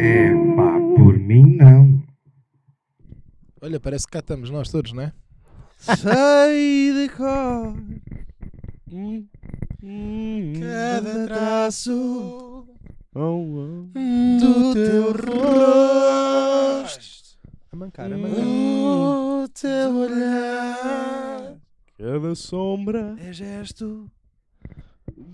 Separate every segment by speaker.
Speaker 1: É pá, por mim não.
Speaker 2: Olha, parece que cá estamos nós todos, não é?
Speaker 3: Sei de cor
Speaker 2: Cada
Speaker 3: traço
Speaker 2: do teu
Speaker 3: rosto,
Speaker 2: A mancar, a
Speaker 3: o teu olhar
Speaker 2: Cada sombra
Speaker 3: é gesto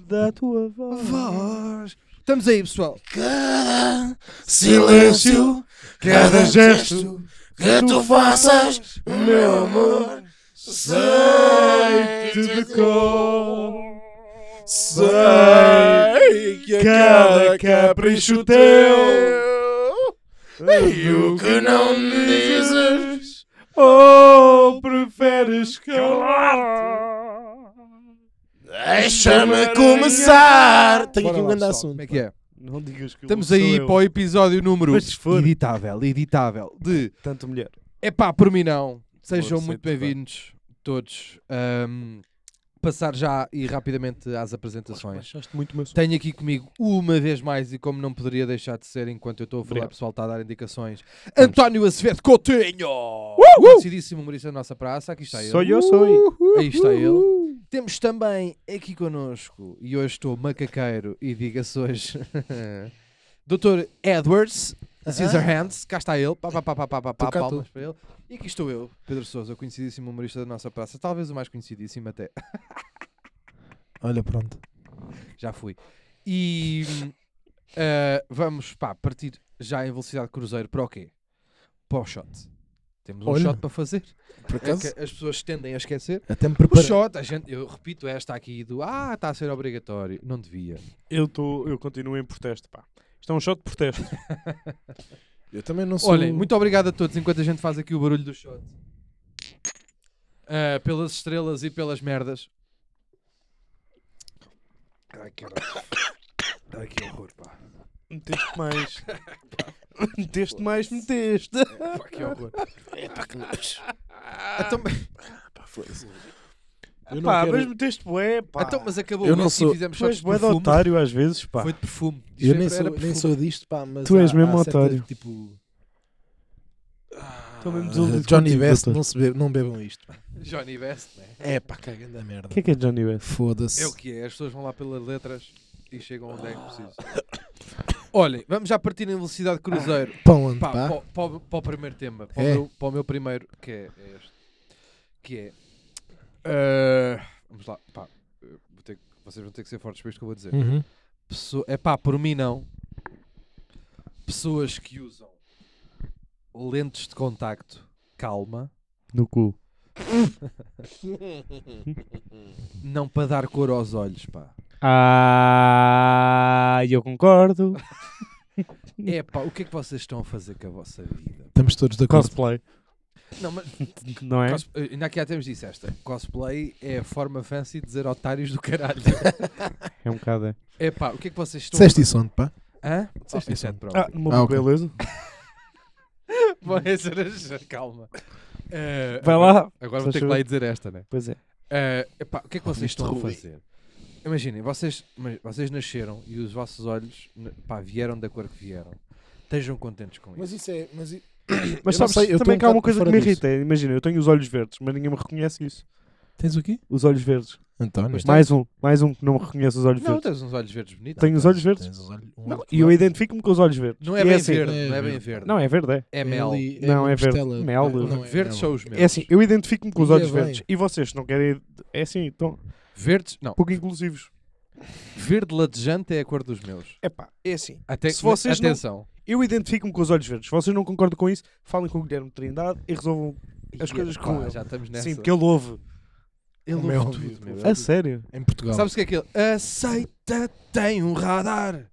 Speaker 2: da tua
Speaker 3: voz. Estamos aí, pessoal. Cada
Speaker 2: silêncio, cada gesto
Speaker 3: que
Speaker 2: tu faças, meu amor, sei-te de cor. Sei que a cada capricho teu e o que não me dizes ou preferes calar-te. Deixa-me começar. Tenho aqui um grande assunto.
Speaker 3: Como é que é?
Speaker 4: Não digas que
Speaker 3: Estamos aí para o episódio número
Speaker 4: Mas se for.
Speaker 3: editável, editável de
Speaker 4: Tanto mulher.
Speaker 3: Epá, por mim não. Sejam
Speaker 4: Força,
Speaker 3: muito
Speaker 4: então.
Speaker 3: bem-vindos todos. Ahm, passar já e rapidamente às apresentações.
Speaker 4: Achaste muito o meu som.
Speaker 3: Tenho aqui comigo uma vez mais, e como não poderia deixar de ser, enquanto eu estou a falar,
Speaker 4: Obrigado.
Speaker 3: o pessoal está a dar indicações. António Acevedo Coutinho! Conhecidíssimo humorista da nossa praça, aqui está ele.
Speaker 4: Sou eu, sou
Speaker 2: Uh!
Speaker 4: eu.
Speaker 3: Aí está ele. Temos também aqui connosco, e hoje estou macaqueiro e diga-se hoje, Dr. Edwards, Caesar Hands, cá está ele, pá, pá, pá, pá, pá, pá,
Speaker 2: Tô
Speaker 3: pá,
Speaker 2: cá
Speaker 3: palmas para ele. E aqui estou eu, Pedro Sousa, conhecidíssimo humorista da nossa praça, talvez o mais conhecidíssimo até,
Speaker 2: Olha, pronto.
Speaker 3: já fui. E hum, ah, vamos, pá, partir já em velocidade cruzeiro para o quê? Para o shot. Temos um
Speaker 2: Olha.
Speaker 3: shot para fazer,
Speaker 2: Por
Speaker 3: é
Speaker 2: acaso,
Speaker 3: que as pessoas tendem a esquecer.
Speaker 2: até me
Speaker 3: O
Speaker 2: preparei.
Speaker 3: shot, a gente, eu repito esta aqui do Ah, está a ser obrigatório. Não devia.
Speaker 4: Eu, tô, eu continuo em protesto, pá. Isto é um shot de protesto.
Speaker 2: Eu também não sou.
Speaker 3: Olhem, muito obrigado a todos enquanto a gente faz aqui o barulho do shot. Ah, pelas estrelas e pelas merdas. Ai, caralho. Ai, que horror, pá.
Speaker 4: Meteste mais. meteste mais, meteste.
Speaker 3: Pá, que horror. Então,
Speaker 2: Eu não
Speaker 4: pá,
Speaker 2: quero-
Speaker 4: mas meteste bué, pá.
Speaker 3: então, mas acabou.
Speaker 2: Eu não
Speaker 3: nós aqui
Speaker 2: sou-
Speaker 3: fizemos
Speaker 4: tu
Speaker 3: shots
Speaker 4: és
Speaker 3: de
Speaker 4: bué de
Speaker 3: perfume.
Speaker 4: otário às vezes, pá.
Speaker 3: Foi de perfume. Isto
Speaker 2: Eu
Speaker 3: era-
Speaker 2: nem
Speaker 3: era
Speaker 2: sou, nem
Speaker 3: perfume.
Speaker 2: sou disto, pá, mas.
Speaker 4: é Tu és
Speaker 2: há-
Speaker 4: mesmo
Speaker 2: há certa,
Speaker 4: otário.
Speaker 2: Tipo.
Speaker 4: Tô mesmo
Speaker 2: Ah,
Speaker 4: desiludido
Speaker 2: Johnny
Speaker 4: contigo,
Speaker 2: Best,
Speaker 4: doutor.
Speaker 2: não, se bebe, não bebam isto. pá.
Speaker 3: Johnny Best, né?
Speaker 2: É pá, cagando a merda.
Speaker 4: O que é que é Johnny West?
Speaker 2: Foda-se.
Speaker 3: É o que é, as pessoas vão lá pelas letras e chegam onde é que precisam. Olhem, vamos já partir em velocidade cruzeiro.
Speaker 2: Pão onde,
Speaker 3: Pá,
Speaker 2: pá?
Speaker 3: Para, o- para o- para o primeiro tema, para,
Speaker 2: É.
Speaker 3: o meu, para o meu primeiro, que é, é este. Que é. eh, vamos lá, pá. eu vou ter que- vocês vão ter que ser fortes para isto que eu vou dizer.
Speaker 2: Uhum.
Speaker 3: Pesso- é pá, por mim não. Pessoas que usam lentes de contacto, calma,
Speaker 4: No cu.
Speaker 3: não para dar cor aos olhos, pá.
Speaker 4: Ah, eu concordo.
Speaker 3: É pá, o que é que vocês estão a fazer com a vossa vida?
Speaker 2: Estamos todos de acordo.
Speaker 4: Cosplay,
Speaker 3: Não, mas
Speaker 4: não é?
Speaker 3: Cos- eh, Ainda aqui há temos disse esta. Cosplay é a forma fancy de dizer otários do caralho.
Speaker 4: É um bocado, é.
Speaker 3: É pá, o que é que vocês estão
Speaker 2: Disseste isso onde, pá?
Speaker 3: Hã?
Speaker 2: Disseste
Speaker 3: Oh,
Speaker 2: isso
Speaker 3: isso é
Speaker 2: ontem.
Speaker 3: de prova.
Speaker 4: Ah, uma
Speaker 2: Ah, ok.
Speaker 4: beleza.
Speaker 3: Bom, essa era- Calma. Eh,
Speaker 4: Vai
Speaker 3: agora-
Speaker 4: lá.
Speaker 3: Agora vou ter que lá e dizer esta, né?
Speaker 4: Pois é.
Speaker 3: Eh, epá, o que é
Speaker 4: Ah,
Speaker 3: que vocês estão a
Speaker 2: Rui.
Speaker 3: fazer? Imaginem, vocês, mas vocês nasceram e os vossos olhos n- pá, vieram da cor que vieram. Estejam contentes com
Speaker 2: Mas
Speaker 3: isso.
Speaker 2: isso é. Mas, i-
Speaker 4: Mas
Speaker 2: Eu não
Speaker 4: sabes
Speaker 2: sei, eu
Speaker 4: também
Speaker 2: tô um
Speaker 4: que há uma
Speaker 2: bocado
Speaker 4: coisa que
Speaker 2: fora
Speaker 4: me
Speaker 2: disso.
Speaker 4: irrita. Imagina, eu tenho os olhos verdes, mas ninguém me reconhece isso.
Speaker 2: Tens o quê?
Speaker 4: Os olhos verdes.
Speaker 2: António.
Speaker 3: Pois
Speaker 4: Mais um, mais um que não me reconhece os olhos
Speaker 3: Não,
Speaker 4: verdes.
Speaker 3: tens uns olhos verdes
Speaker 2: tá
Speaker 3: bonitos.
Speaker 4: Tenho os olhos
Speaker 2: tens-
Speaker 4: verdes.
Speaker 2: tens os olhos- um
Speaker 4: Não,
Speaker 2: olho
Speaker 4: E eu
Speaker 2: claro.
Speaker 4: identifico-me com os olhos verdes.
Speaker 3: Não é
Speaker 4: E
Speaker 3: bem
Speaker 4: assim-
Speaker 3: verde,
Speaker 2: É
Speaker 3: não é bem
Speaker 2: verde.
Speaker 3: verde.
Speaker 4: Não, é verde, é.
Speaker 3: é mel.
Speaker 2: ali-
Speaker 4: Não,
Speaker 2: uma
Speaker 4: é verde.
Speaker 2: costela.
Speaker 4: Mel.
Speaker 2: Não, é
Speaker 3: Verdes
Speaker 2: mel.
Speaker 3: são os meus.
Speaker 4: É assim, eu identifico-me com os
Speaker 2: Ia
Speaker 4: olhos
Speaker 2: bem.
Speaker 4: verdes. E vocês não querem. É assim, estão
Speaker 3: Verdes, não.
Speaker 4: pouco inclusivos.
Speaker 3: Verde latejante é a cor dos meus.
Speaker 4: É pá, é assim.
Speaker 3: Até,
Speaker 4: Se vocês não-
Speaker 3: atenção.
Speaker 4: Eu identifico-me com os olhos verdes. Se vocês não concordam com isso, falem com o Guilherme Trindade e resolvam as
Speaker 3: Ih,
Speaker 4: coisas
Speaker 3: epá,
Speaker 4: com ele.
Speaker 3: Já estamos nessa.
Speaker 4: Sim, porque ele ouve.
Speaker 3: Ele
Speaker 2: Como é
Speaker 3: ouve
Speaker 2: óbvio,
Speaker 3: tudo, meu.
Speaker 2: como é
Speaker 4: um A sério.
Speaker 2: Em
Speaker 4: Então.
Speaker 2: Portugal.
Speaker 3: Sabes o que é aquilo? Aceita, tem um radar.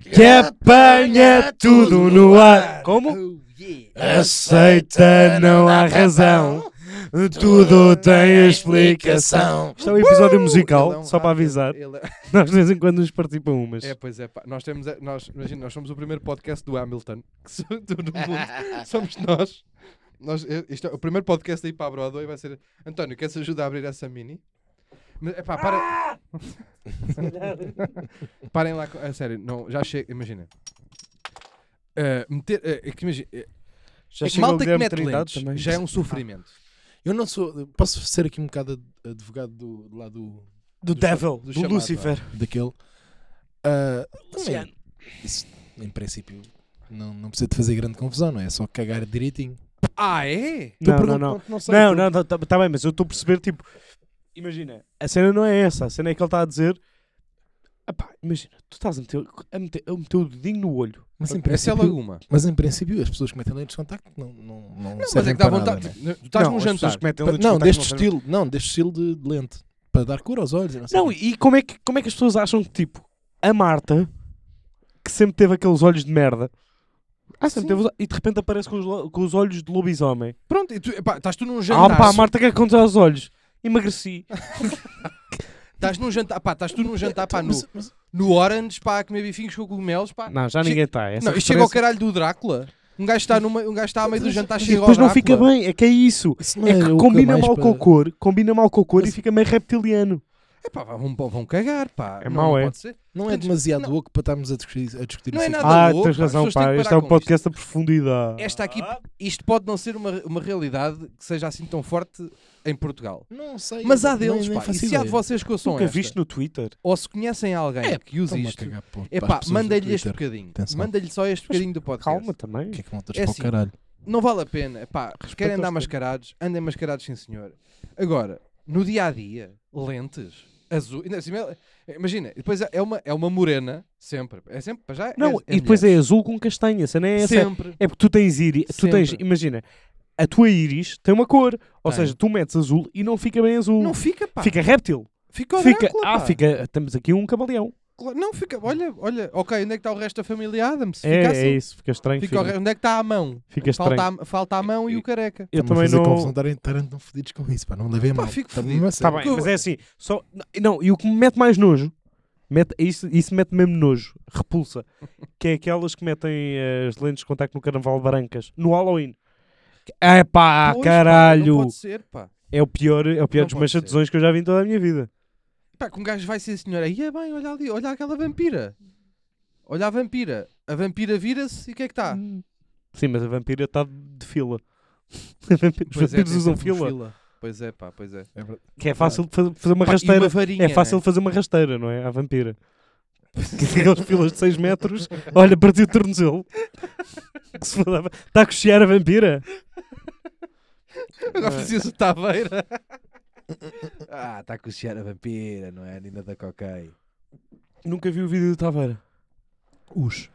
Speaker 4: Que apanha tudo no ar. Como?
Speaker 3: Oh, yeah.
Speaker 4: Aceita, não há razão. Tudo tem explicação. Isto é um episódio musical,
Speaker 3: Ele é um
Speaker 4: só para
Speaker 3: rapper,
Speaker 4: avisar.
Speaker 3: ele é-
Speaker 4: Nós de vez em quando nos participam umas.
Speaker 3: É, pois é, pá. Nós temos. a- Nós, imagina, nós somos o primeiro podcast do Hamilton. Que so- do, do mundo. somos nós. Nós, eu- isto é- o primeiro podcast aí para a Broadway vai ser António, queres ajudar a abrir essa mini? Mas, epá, para... Parem lá, com- a sério, não, já chega, imagina. Eh, meter, eh, é que imagina, eh,
Speaker 4: Já
Speaker 3: é que
Speaker 4: chega um o
Speaker 3: malta que
Speaker 4: Guilherme
Speaker 3: mete
Speaker 4: Trindade
Speaker 3: lentes
Speaker 4: também.
Speaker 3: já é um sofrimento.
Speaker 2: Eu não sou. Posso ser aqui um bocado ad- advogado do, do lado
Speaker 4: do, Devil,
Speaker 3: do
Speaker 4: do, é?
Speaker 3: chamado,
Speaker 4: Lucifer.
Speaker 2: daquele. Ah,
Speaker 4: Luciano.
Speaker 2: isso, em princípio, não, não precisa de fazer grande confusão, não é? É só cagar direitinho.
Speaker 3: Ah, é?
Speaker 2: Tu
Speaker 4: Não, não,
Speaker 2: pergunta-
Speaker 4: não.
Speaker 2: não, sei,
Speaker 4: Não,
Speaker 2: tu-
Speaker 4: não, está bem, mas eu estou a perceber, tipo, imagina, a cena não é essa, a cena é que ele está a dizer, "Epá, imagina, tu estás a meter, a, meter, a meter o dedinho no olho.
Speaker 2: Mas em,
Speaker 3: Essa é
Speaker 2: princípio,
Speaker 3: alguma.
Speaker 2: mas em princípio, as pessoas que metem lentes de contacto não, não, não,
Speaker 3: Não, mas é
Speaker 2: servem
Speaker 3: que dá
Speaker 2: para
Speaker 3: vontade.
Speaker 2: nada,
Speaker 3: tipo, tu estás
Speaker 4: Não,
Speaker 3: num
Speaker 4: as
Speaker 3: jantar. um
Speaker 4: pessoas que metem
Speaker 2: não é?
Speaker 4: lentes
Speaker 2: não,
Speaker 4: de contacto
Speaker 2: deste
Speaker 4: servem-
Speaker 2: estilo, não, deste estilo de de lente. Para dar cor aos olhos. e Não, sei o
Speaker 4: Não,
Speaker 2: quê.
Speaker 4: e como é, que, como é que as pessoas acham que, tipo, a Marta, que sempre teve aqueles olhos de merda, ah, sempre teve os- e de repente aparece com os, lo- com os olhos de lobisomem.
Speaker 3: Pronto, e tu, epá, estás tu num
Speaker 4: Ah,
Speaker 3: jantar.
Speaker 4: pá, a Marta, o que é que aconteceu aos olhos? Emagreci.
Speaker 3: Ah. Estás num jantar, pá, estás tu num jantar, pá, no,
Speaker 2: Mas- mas-
Speaker 3: no Orange, pá, a comer bifinhos com cogumelos, pá.
Speaker 4: Então, Não, já
Speaker 3: Che-
Speaker 4: ninguém tá, está.
Speaker 3: Não, isto chega ao caralho do Drácula. Um gajo está, numa, um gajo está a meio do jantar, chega ao
Speaker 4: Depois não
Speaker 3: Drácula.
Speaker 4: fica bem, é que é isso.
Speaker 2: isso
Speaker 4: É que combina mal com a
Speaker 2: cor.
Speaker 4: cor, combina mal com a cor e
Speaker 2: Mas-
Speaker 4: fica meio reptiliano.
Speaker 3: Epá, vão, vão cagar, pá.
Speaker 4: É
Speaker 3: Não,
Speaker 4: mau,
Speaker 3: não
Speaker 4: é?
Speaker 3: Pode ser.
Speaker 2: Não é demasiado
Speaker 3: Não.
Speaker 2: louco para estarmos a discutir, a discutir
Speaker 3: Não é
Speaker 2: isso
Speaker 3: nada.
Speaker 2: aqui.
Speaker 4: Ah,
Speaker 3: louco, pá,
Speaker 4: tens
Speaker 3: as
Speaker 4: razão,
Speaker 3: pessoas têm
Speaker 4: pá.
Speaker 3: que
Speaker 4: Este
Speaker 3: parar
Speaker 4: é um
Speaker 3: com
Speaker 4: podcast da profundidade.
Speaker 3: Esta aqui, isto pode não ser uma, uma realidade que seja assim tão forte em Portugal.
Speaker 2: Não sei.
Speaker 3: Mas há
Speaker 2: nem-
Speaker 3: deles,
Speaker 2: nem
Speaker 3: pá. E
Speaker 2: faço
Speaker 3: se há de
Speaker 2: ideia.
Speaker 3: vocês que ouçam
Speaker 4: Nunca
Speaker 3: esta,
Speaker 4: viste no Twitter.
Speaker 3: ou se conhecem alguém
Speaker 2: É,
Speaker 3: que use
Speaker 2: Estão-me a
Speaker 3: isto,
Speaker 2: cagar para- para as
Speaker 3: epá,
Speaker 2: pessoas do
Speaker 3: mandei-lhe este
Speaker 2: Twitter.
Speaker 3: bocadinho.
Speaker 2: Atenção.
Speaker 3: Mandei-lhe só este bocadinho do podcast.
Speaker 4: Calma também.
Speaker 2: O que é que vão ter
Speaker 3: É
Speaker 2: para o
Speaker 3: assim.
Speaker 2: caralho?
Speaker 3: Não vale a pena. Pá, querem
Speaker 4: os
Speaker 3: andar
Speaker 4: teus-
Speaker 3: mascarados, andem mascarados, sim senhor. Agora, no dia a dia, lentes, azul. ainda assim, Imagina, depois é uma, é uma morena, sempre. É sempre, para já.
Speaker 4: Não,
Speaker 3: é,
Speaker 4: e depois é azul com castanha. Cena é essa.
Speaker 3: Sempre.
Speaker 4: É porque tu tens íris, tu tens,
Speaker 3: Sempre.
Speaker 4: imagina, a tua íris tem uma cor, ou
Speaker 3: Tem.
Speaker 4: seja, tu metes azul e não fica bem azul.
Speaker 3: Não fica, pá.
Speaker 4: fica réptil.
Speaker 3: Fica o
Speaker 4: fica,
Speaker 3: Drácula,
Speaker 4: ah,
Speaker 3: pá.
Speaker 4: fica, temos aqui um camaleão.
Speaker 3: Cla- Não, fica. Olha, olha. Ok, onde é que está o resto da família Adams?
Speaker 4: É,
Speaker 3: Fica assim.
Speaker 4: é isso, fica estranho.
Speaker 3: Fica
Speaker 4: Fica,
Speaker 3: o re- Onde é que está a mão?
Speaker 4: fica estranho.
Speaker 3: Falta a, falta a mão e o careca.
Speaker 4: Eu
Speaker 2: Estão-me a
Speaker 4: também
Speaker 2: fazer
Speaker 4: não.
Speaker 2: confusão, estarem- estarem tão fodidos com isso, pá. Não me levei a
Speaker 3: Pá,
Speaker 2: mal.
Speaker 3: fico
Speaker 2: Está-me
Speaker 3: fodido.
Speaker 2: a
Speaker 4: Tá
Speaker 2: sério.
Speaker 4: bem, mas é assim, só, não, e o que me mete mais nojo, mete, é isso, isso mete mesmo nojo, repulsa, que é aquelas que metem eh, as lentes de contacto no carnaval brancas, no Halloween. É pá,
Speaker 3: Pois, pá,
Speaker 4: caralho,
Speaker 3: não pode ser, pá.
Speaker 4: é o pior, é o
Speaker 3: Não
Speaker 4: pior dos
Speaker 3: pode
Speaker 4: manchadões que eu já vi em toda a minha vida.
Speaker 3: Pá, que um gajo vai ser senhora. E é bem, olha ali, olha aquela vampira. Olha a vampira. A vampira vira-se e o que é que está?
Speaker 4: Sim, mas a vampira está de fila. Os vampiros
Speaker 3: é, tem
Speaker 4: usam
Speaker 3: sempre um
Speaker 4: fila,
Speaker 3: Pois é, pá, pois é.
Speaker 2: É verdade.
Speaker 4: que é fácil de fa- fazer uma
Speaker 3: Pá, e
Speaker 4: rasteira.
Speaker 3: varinha, né?
Speaker 4: É fácil fazer uma rasteira, não é? À vampira. Aquelas filas de 6 metros, olha, partiu o tornozelo. Que se falava. Está a cochear a vampira?
Speaker 3: Né?
Speaker 4: é.
Speaker 3: Agora fazia-se o Taveira. ah, está a cochear a vampira, não é? A Nina da Coquei.
Speaker 4: Nunca vi o vídeo do Taveira.
Speaker 2: Os.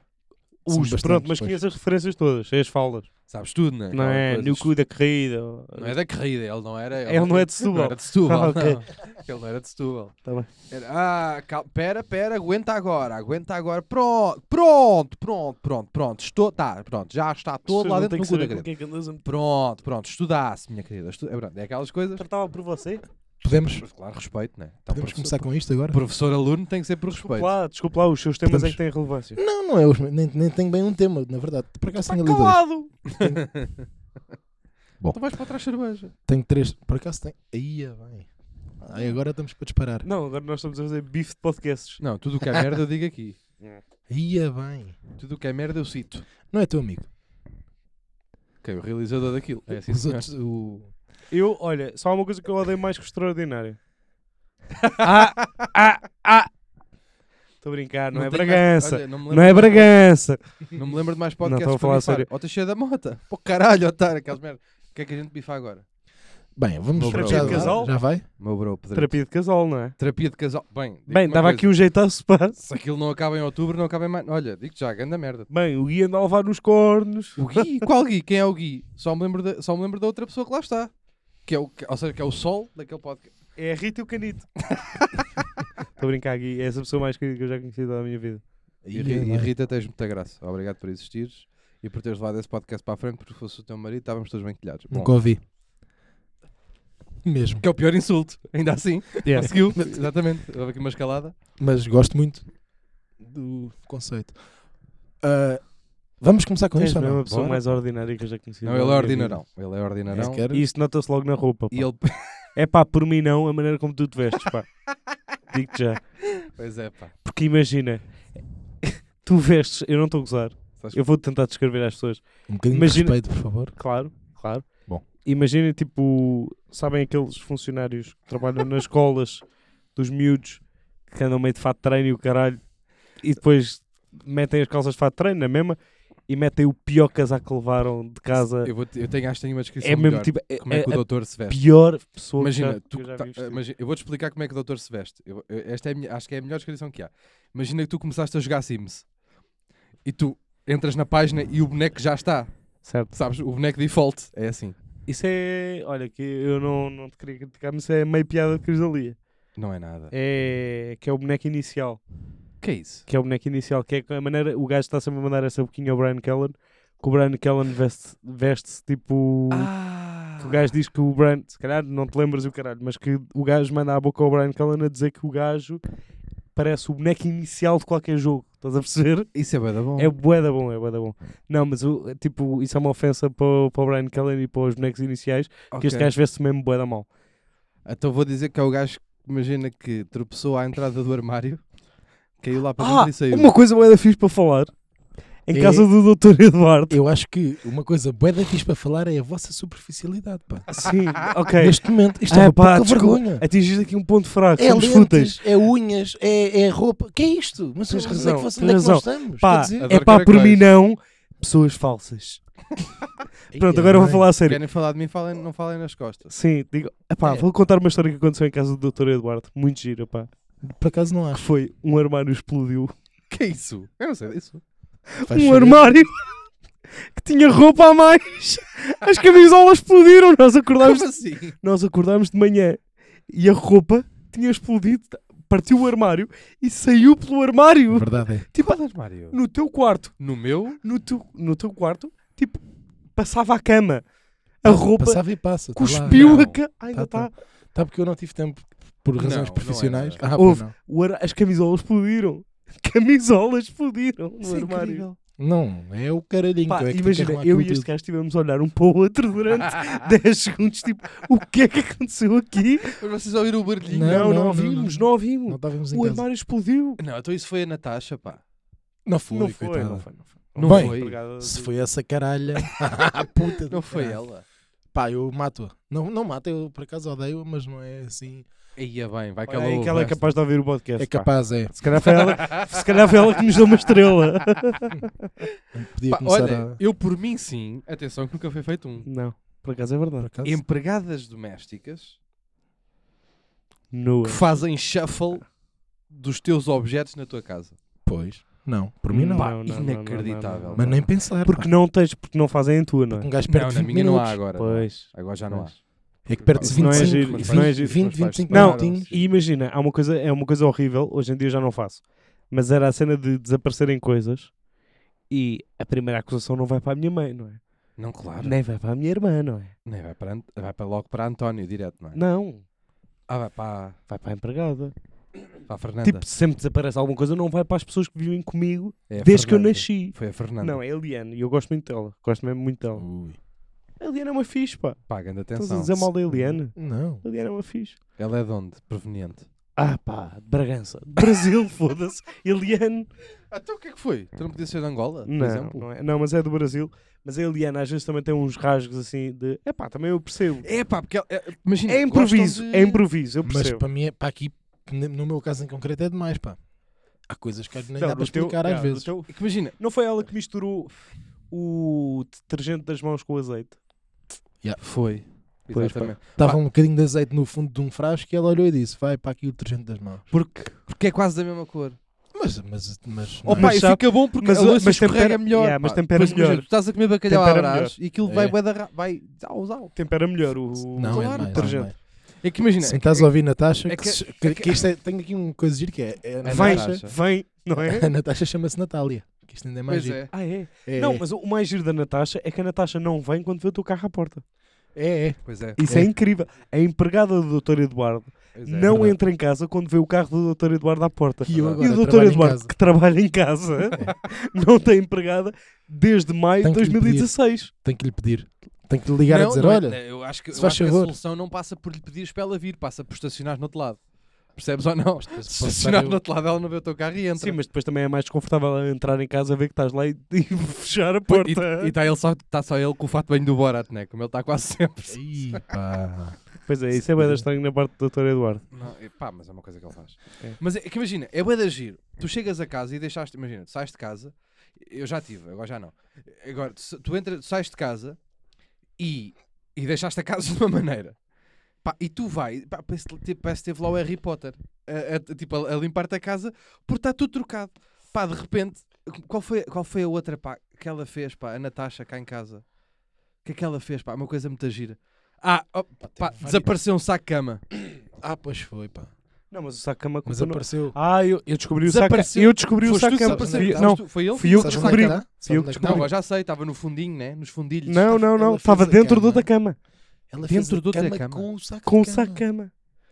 Speaker 2: São
Speaker 4: Os,
Speaker 2: bastantes,
Speaker 4: pronto, mas
Speaker 2: pois.
Speaker 4: conheço as referências todas, sei as falas.
Speaker 3: Sabes tudo, não é?
Speaker 4: Não é?
Speaker 3: Aquela
Speaker 4: No
Speaker 3: coisa.
Speaker 4: cu da corrida.
Speaker 3: Não é da corrida, ele não era.
Speaker 4: Ele não é de
Speaker 3: Não
Speaker 4: Setúbal.
Speaker 3: era de Setúbal.
Speaker 4: Ah, ok.
Speaker 3: não. Ele não era de Setúbal.
Speaker 4: Tá bem.
Speaker 3: Era, ah, calma, pera, pera, aguenta agora, aguenta agora. Pronto, pronto, pronto, pronto, pronto. Estou, tá, pronto, já está todo lá dentro do cu da grelha.
Speaker 4: é.
Speaker 3: Pronto, pronto, estudasse, minha querida. Estu... É, pronto, é aquelas coisas.
Speaker 4: Tratava por você?
Speaker 2: Podemos,
Speaker 3: Mas, Claro, respeito, né? Então,
Speaker 2: podemos
Speaker 3: professor-
Speaker 2: começar com isto agora?
Speaker 3: Professor aluno tem que ser por respeito.
Speaker 4: Desculpa lá, desculpa lá, os seus temas é que têm relevância.
Speaker 2: Não, não é os meus. Nem, nem tenho bem um tema, na verdade. Por acaso tenho ali dois.
Speaker 4: Calado!
Speaker 3: Então vais para trás cerveja.
Speaker 2: Tenho três. Por acaso tenho. Aí, ah, bem. Aí agora estamos para disparar.
Speaker 4: Não, agora nós estamos a fazer bife de podcasts.
Speaker 3: Não, tudo o que é merda eu digo aqui.
Speaker 2: Aí, ah, bem.
Speaker 3: Tudo o que é merda eu cito.
Speaker 2: Não é teu amigo.
Speaker 3: Quem é o realizador daquilo? É assim,
Speaker 2: Os
Speaker 3: senhor.
Speaker 2: outros. O...
Speaker 4: Eu, olha, só há uma coisa que eu odeio mais que o extraordinário. ah, ah, ah. Estou a brincar, não, é
Speaker 3: tenho mais-
Speaker 4: Bragança.
Speaker 3: olha, não, me
Speaker 4: não é
Speaker 3: lembro-
Speaker 4: Bragança.
Speaker 3: Não me lembro de mais
Speaker 4: Não,
Speaker 3: podcasts
Speaker 4: estou a falar
Speaker 3: para
Speaker 4: a
Speaker 3: bifar.
Speaker 4: sério.
Speaker 3: Ó, Teixeira da Mota. Pô, caralho, otário, aquelas merda. O que é que a gente bifa agora?
Speaker 2: Bem, vamos.
Speaker 3: Terapia
Speaker 2: Já,
Speaker 3: de
Speaker 4: casal?
Speaker 2: já vai?
Speaker 3: Meu bro, Pedro.
Speaker 4: Terapia de casal, não é?
Speaker 3: Terapia de casal. Bem, digo-te
Speaker 4: Bem,
Speaker 3: uma
Speaker 4: dava
Speaker 3: coisa.
Speaker 4: aqui um jeitaço para.
Speaker 3: Se aquilo não acaba em outubro, não acaba em mais. Olha, digo-te já, grande merda.
Speaker 4: Bem, o Gui anda a levar nos cornos.
Speaker 3: O Gui? Qual Gui? Quem é o Gui? Só me lembro da, só me lembro da outra pessoa que lá está. Que é o, que- ou seja, que é o sol daquele podcast.
Speaker 4: É a Rita e o Canito. Estou a brincar, Gui. É essa pessoa mais querida que eu já conheci da minha vida.
Speaker 3: E,
Speaker 2: Ia
Speaker 3: Ri- e
Speaker 2: bem.
Speaker 3: Rita, tens muita graça. Obrigado por existires e por teres levado esse podcast para a frente, porque se fosse o teu marido, estávamos todos bem quilhados. Bom,
Speaker 2: Nunca ouvi. Mesmo.
Speaker 3: que é o pior insulto, ainda assim.
Speaker 4: Yeah.
Speaker 3: Conseguiu, exatamente. Houve aqui uma escalada.
Speaker 2: Mas gosto muito do conceito. Ah, Vamos começar com isto ou
Speaker 4: não é
Speaker 2: não?
Speaker 4: uma pessoa
Speaker 2: Bora.
Speaker 4: mais ordinária que eu já conheci.
Speaker 3: Não,
Speaker 4: na
Speaker 3: ele é
Speaker 4: minha
Speaker 3: ordinarão. Ele é
Speaker 2: É,
Speaker 3: ordinarão.
Speaker 2: quero-
Speaker 4: vida. E isso nota-se logo na roupa. Pá.
Speaker 3: E ele...
Speaker 4: É pá, por mim não, a maneira como tu te vestes, pá. Digo-te já.
Speaker 3: pois é, pá.
Speaker 4: Porque imagina, tu vestes, eu não estou a gozar,
Speaker 3: Sabes-
Speaker 4: eu vou tentar descrever às pessoas.
Speaker 2: Um bocadinho
Speaker 4: Imagina-
Speaker 2: de respeito, por favor.
Speaker 4: Claro, claro.
Speaker 2: Bom.
Speaker 4: Imaginem, tipo, sabem aqueles funcionários que trabalham nas escolas dos miúdos que andam meio de fato de treino e o caralho e depois metem as calças de fato de treino na mesma e metem o pior casaco que levaram de casa.
Speaker 3: Eu, vou te- eu tenho, acho que tenho uma descrição
Speaker 4: É mesmo
Speaker 3: melhor.
Speaker 4: tipo, é,
Speaker 3: Como é que
Speaker 4: é
Speaker 3: o
Speaker 4: a
Speaker 3: doutor se veste.
Speaker 4: pior pessoa
Speaker 3: Imagina,
Speaker 4: que,
Speaker 3: tu
Speaker 4: já, que eu já
Speaker 3: tá-
Speaker 4: vi vestida.
Speaker 3: imagina- eu vou-te explicar como é que o doutor se veste. Eu- eu- esta é a minha- acho que é a melhor descrição que há. Imagina que tu começaste a jogar Sims e tu entras na página e o boneco já está.
Speaker 4: Certo.
Speaker 3: Sabes? O boneco default é assim.
Speaker 4: Isso é, olha, que eu não, não te queria criticar, mas isso é meio piada de Crisalia.
Speaker 3: Não é nada.
Speaker 4: É, que é o boneco inicial.
Speaker 3: O que é isso?
Speaker 4: que é o boneco inicial, que é a maneira, o gajo está sempre a mandar essa boquinha ao Brian Kellan, que o Brian Kellan veste- veste-se tipo.
Speaker 3: Ah!
Speaker 4: Que o gajo diz que o Brian, se calhar não te lembras o caralho, mas que o gajo manda a boca ao Brian Kellan a dizer que o gajo parece o boneco inicial de qualquer jogo, estás a perceber?
Speaker 3: Isso é bada bom.
Speaker 4: É bué da bom, é bué da bom. Não, mas o, tipo, isso é uma ofensa para, o- para o Brian Kellan e para os bonecos iniciais, que este
Speaker 3: Ok.
Speaker 4: gajo veste-se mesmo bué da mal.
Speaker 3: Então vou dizer que é o gajo que imagina que tropeçou à entrada do armário, caiu lá para
Speaker 4: Ah,
Speaker 3: dentro e saiu.
Speaker 4: uma coisa bué da fixe para falar, em
Speaker 2: É-
Speaker 4: casa do Dr. Eduardo.
Speaker 2: Eu acho que uma coisa bué da fixe para falar é a vossa superficialidade, pá.
Speaker 4: Sim, ok.
Speaker 2: Neste momento, isto
Speaker 4: Ah,
Speaker 2: é uma
Speaker 4: pá,
Speaker 2: pouca
Speaker 4: desculpa.
Speaker 2: vergonha.
Speaker 4: Atingiste aqui um ponto fraco,
Speaker 2: É
Speaker 4: somos fúteis.
Speaker 2: lentes, é unhas, é, é roupa. Que é isto? Mas
Speaker 4: Tens
Speaker 2: onde é que
Speaker 4: razão,
Speaker 2: você-
Speaker 4: tens
Speaker 2: onde é que
Speaker 4: razão.
Speaker 2: nós estamos?
Speaker 4: Pá,
Speaker 2: Quer dizer,
Speaker 4: é
Speaker 3: Adoro
Speaker 4: pá, por
Speaker 3: caracóis.
Speaker 4: mim não, pessoas falsas. Pronto, agora vou falar a sério.
Speaker 3: Querem falar de mim, falem, não falem nas costas.
Speaker 4: Sim, digo, epá,
Speaker 2: É.
Speaker 4: vou contar uma história que aconteceu em casa do Dr. Eduardo, muito giro, pá.
Speaker 2: Por acaso não
Speaker 4: Que
Speaker 2: acho.
Speaker 4: foi um armário explodiu.
Speaker 3: Que é isso? Eu não sei disso.
Speaker 2: Faz
Speaker 4: um
Speaker 2: sentido.
Speaker 4: armário que tinha roupa a mais. As camisolas explodiram, nós acordámos,
Speaker 3: Como assim?
Speaker 4: nós acordámos de manhã e a roupa tinha explodido, partiu o armário e saiu pelo armário.
Speaker 2: Verdade é.
Speaker 4: Tipo,
Speaker 3: armário?
Speaker 4: no teu quarto.
Speaker 3: No meu?
Speaker 4: no teu, no teu quarto, tipo, passava a cama. A roupa
Speaker 2: Passava e passa. tá lá.
Speaker 4: cuspiu
Speaker 3: não.
Speaker 4: a cama. Ainda
Speaker 2: Tá,
Speaker 4: está.
Speaker 2: Tá porque eu não tive tempo por razões
Speaker 3: Não,
Speaker 2: profissionais.
Speaker 3: não
Speaker 2: Ah, pois
Speaker 4: Houve.
Speaker 2: não.
Speaker 4: As camisolas explodiram. Camisolas explodiram no
Speaker 2: Isso é
Speaker 4: armário.
Speaker 2: incrível. Não, é o caralhinho
Speaker 4: Pá,
Speaker 2: que eu é que
Speaker 4: imagina, eu e este gajo estivemos a olhar um para o outro durante 10 segundos, tipo, o que é que aconteceu aqui?
Speaker 3: Mas vocês ouviram o barulhinho?
Speaker 2: Não,
Speaker 4: Não, não,
Speaker 2: não,
Speaker 4: ouvimos, não
Speaker 2: não. Não
Speaker 4: ouvimos.
Speaker 2: estávamos em
Speaker 4: O
Speaker 2: casa.
Speaker 4: armário explodiu.
Speaker 3: Não, então isso foi a Natasha, pá.
Speaker 2: Não foi,
Speaker 4: Não foi,
Speaker 2: coitada.
Speaker 4: não foi, não foi.
Speaker 3: Não
Speaker 2: Bem,
Speaker 3: foi.
Speaker 4: Obrigado.
Speaker 2: Se foi essa caralha, a puta do
Speaker 3: Não foi
Speaker 2: caralho.
Speaker 3: ela.
Speaker 2: Pá, eu mato-a. Não, não mato, eu por acaso odeio, mas não é assim.
Speaker 3: Ia bem, vai
Speaker 4: Olha
Speaker 3: calar
Speaker 4: aí que ela é capaz de ouvir o podcast.
Speaker 2: É
Speaker 4: pá.
Speaker 2: capaz, é.
Speaker 4: Se calhar, foi ela, se calhar foi ela que nos deu uma estrela.
Speaker 2: Podia começar
Speaker 3: Olha,
Speaker 2: a.
Speaker 3: eu por mim sim, atenção que nunca foi feito um.
Speaker 4: Não, por acaso é verdade.
Speaker 2: Por acaso?
Speaker 3: Empregadas domésticas
Speaker 4: Nua.
Speaker 3: que fazem shuffle dos teus objetos na tua casa.
Speaker 2: Pois. Não, por mim não.
Speaker 3: Pá, inacreditável.
Speaker 2: Mas nem pensar.
Speaker 4: Porque
Speaker 2: pá.
Speaker 4: não tens, porque não fazem em tua, não é?
Speaker 2: um gajo
Speaker 3: Não,
Speaker 2: perde
Speaker 3: na
Speaker 2: 20
Speaker 3: minha não há
Speaker 2: minutos.
Speaker 3: agora.
Speaker 4: Pois.
Speaker 3: Agora já não há.
Speaker 2: É que perde
Speaker 4: Isso não é
Speaker 2: 25
Speaker 4: giro, isso não é giro,
Speaker 2: 20,
Speaker 3: mas faz
Speaker 2: 25
Speaker 4: Não,
Speaker 2: minutinhos.
Speaker 4: E imagina, há uma coisa, é uma coisa horrível, hoje em dia já não faço. Mas era a cena de desaparecerem coisas e a primeira acusação não vai para a minha mãe, não é?
Speaker 3: Não, claro.
Speaker 4: Nem vai para a minha irmã, não é?
Speaker 3: Nem vai, para, Ant- vai para logo para António, direto, não é?
Speaker 4: Não,
Speaker 3: Ah, vai para,
Speaker 4: vai para a empregada.
Speaker 3: para a Fernanda.
Speaker 4: Tipo, sempre desaparece alguma coisa, não vai para as pessoas que vivem comigo
Speaker 3: É a
Speaker 4: desde que eu
Speaker 3: Fernanda.
Speaker 4: nasci.
Speaker 3: Foi a Fernanda.
Speaker 4: Não, é a Eliane, e eu gosto muito dela, gosto mesmo muito dela.
Speaker 2: Ui.
Speaker 4: A Eliane é uma fixe, pá.
Speaker 3: Pagando
Speaker 4: Estás a
Speaker 3: atenção.
Speaker 4: dizer mal da Eliane?
Speaker 2: Não.
Speaker 4: A Eliane é uma fixe.
Speaker 3: Ela é de onde? Proveniente.
Speaker 4: Ah pá, de Bragança. De Brasil, foda-se. Eliane.
Speaker 3: Até o que é que foi? Tu não podias ser de Angola, por
Speaker 4: Não,
Speaker 3: exemplo?
Speaker 4: não, é- não, mas é do Brasil. Mas a Eliane às vezes também tem uns rasgos assim de. É pá, também eu percebo.
Speaker 3: É pá, porque ela- é, imagina,
Speaker 4: É improviso,
Speaker 3: gostam de-
Speaker 4: é improviso, eu
Speaker 2: Mas
Speaker 4: percebo.
Speaker 2: para mim, é- para aqui, ne- no meu caso em concreto, é demais, pá. Há coisas que nem
Speaker 4: Não,
Speaker 2: dá
Speaker 4: do
Speaker 2: para
Speaker 4: teu-
Speaker 2: explicar
Speaker 4: yeah,
Speaker 2: às
Speaker 4: do
Speaker 2: vezes.
Speaker 4: teu-
Speaker 3: É que imagina,
Speaker 4: Não foi ela que misturou o detergente das mãos com o azeite?
Speaker 3: foi.
Speaker 4: Pois, pá.
Speaker 3: Exatamente.
Speaker 2: Estava um bocadinho de azeite no fundo de um frasco e ela olhou e disse: Vai para aqui o detergente das mãos.
Speaker 3: Porque, porque é quase da mesma cor.
Speaker 2: Mas, mas, mas.
Speaker 3: Oh,
Speaker 2: não é?
Speaker 3: pá,
Speaker 4: Mas
Speaker 3: e
Speaker 4: sabe-
Speaker 3: fica bom porque
Speaker 4: mas
Speaker 3: a
Speaker 4: o-
Speaker 3: louça
Speaker 4: mas
Speaker 3: escorrega
Speaker 4: tempera-
Speaker 3: melhor.
Speaker 4: yeah,
Speaker 3: pá.
Speaker 4: mas tempera
Speaker 3: Depois, imagina,
Speaker 4: melhor.
Speaker 3: Tu estás a comer bacalhau à
Speaker 4: Tempera
Speaker 3: brás e aquilo
Speaker 2: É.
Speaker 3: vai bué da ra- vai zau, zau.
Speaker 4: Tempera melhor o,
Speaker 2: não,
Speaker 4: o
Speaker 2: é demais, é
Speaker 4: detergente.
Speaker 2: demais.
Speaker 3: É que imagina,
Speaker 2: Se estás a ouvir Natasha,
Speaker 3: é
Speaker 2: que,
Speaker 3: que-
Speaker 2: se- que- que isto é- tenho aqui uma coisa gira que é. é a
Speaker 3: É
Speaker 4: vem,
Speaker 2: Natasha,
Speaker 3: Natasha.
Speaker 4: vem, não é?
Speaker 2: a Natasha chama-se Natália. Que isto ainda é mais
Speaker 3: pois
Speaker 2: giro.
Speaker 3: é.
Speaker 4: Ah, é?
Speaker 2: É,
Speaker 4: Não,
Speaker 2: é.
Speaker 4: mas o mais giro da Natasha é que a Natasha não vem quando vê o teu carro à porta.
Speaker 2: É, é.
Speaker 3: Pois é.
Speaker 4: Isso é, incrível. A empregada do Dr. Eduardo
Speaker 3: pois é.
Speaker 4: não
Speaker 2: verdade.
Speaker 4: entra em casa quando vê o carro do Dr. Eduardo à porta.
Speaker 2: Que eu
Speaker 4: E
Speaker 2: agora
Speaker 4: o Dr.
Speaker 2: trabalho em
Speaker 4: Eduardo,
Speaker 2: casa.
Speaker 4: que trabalha em casa, não tem empregada desde maio de
Speaker 2: Tem que lhe pedir.
Speaker 4: 2016.
Speaker 2: Tenho que lhe pedir. Tenho que lhe ligar a dizer, olha,
Speaker 3: é- eu acho que,
Speaker 2: se
Speaker 3: eu
Speaker 2: faz
Speaker 3: acho que a
Speaker 2: favor.
Speaker 3: solução não passa por lhe pedires para ela vir, passa por estacionar no outro lado. Percebes ou não?
Speaker 2: depois posso
Speaker 3: Estacionar
Speaker 2: estar eu-
Speaker 3: no outro lado, ela não vê o teu carro e entra.
Speaker 4: Sim, mas depois também é mais desconfortável ela entrar em casa, ver que estás lá e, e fechar a porta.
Speaker 3: E está só, tá só ele com o fato bem do Borat, né? Como ele está quase sempre.
Speaker 2: Ih, pá.
Speaker 4: Pois é, isso é bem estranho na parte do Dr. Eduardo.
Speaker 3: Não, é- pá, mas é uma coisa que ele faz.
Speaker 4: É.
Speaker 3: Mas é que imagina, é bué de giro. Tu chegas a casa e deixaste, imagina, tu sais de casa, eu já tive, agora já não. Agora, tu sa- tu, entra, tu sais de casa e, e deixaste a casa de uma maneira. Pá, e tu vai, pá, parece, que- tipo, parece que teve lá o Harry Potter a, a- tipo, a, a limpar-te a casa porque está tudo trocado. Pá, de repente, qual foi, qual foi a outra pá, que ela fez, pá, a Natasha cá em casa? O que é que ela fez, pá? Uma coisa muito gira. Ah, oh, pá,
Speaker 2: várias.
Speaker 3: desapareceu um saco de cama.
Speaker 2: Ah, pois foi, pá.
Speaker 4: Não, mas o saco-cama
Speaker 2: Mas
Speaker 4: culpa não-
Speaker 2: apareceu.
Speaker 4: Ah, eu, eu descobri o saco
Speaker 3: Desapareceu.
Speaker 4: Eu descobri o
Speaker 3: Foste tu,
Speaker 4: saco-cama.
Speaker 3: sabes,
Speaker 2: Fui-
Speaker 3: sabes
Speaker 4: não,
Speaker 3: tu? foi ele?
Speaker 4: fui eu que
Speaker 2: Sabes onde é
Speaker 4: descobri.
Speaker 2: está?
Speaker 4: Fui eu que
Speaker 2: Sabes onde é
Speaker 3: Não,
Speaker 2: está?
Speaker 3: eu já sei, estava no fundinho, né? Nos fundilhos.
Speaker 4: Não, não, não.
Speaker 2: Ela
Speaker 4: Estava
Speaker 2: fez a
Speaker 4: dentro da outra cama.
Speaker 2: Ela
Speaker 3: Dentro
Speaker 2: fez a
Speaker 3: de outra
Speaker 2: cama,
Speaker 3: cama.
Speaker 2: com o saco
Speaker 4: Com o
Speaker 2: de cama.
Speaker 4: saco-cama.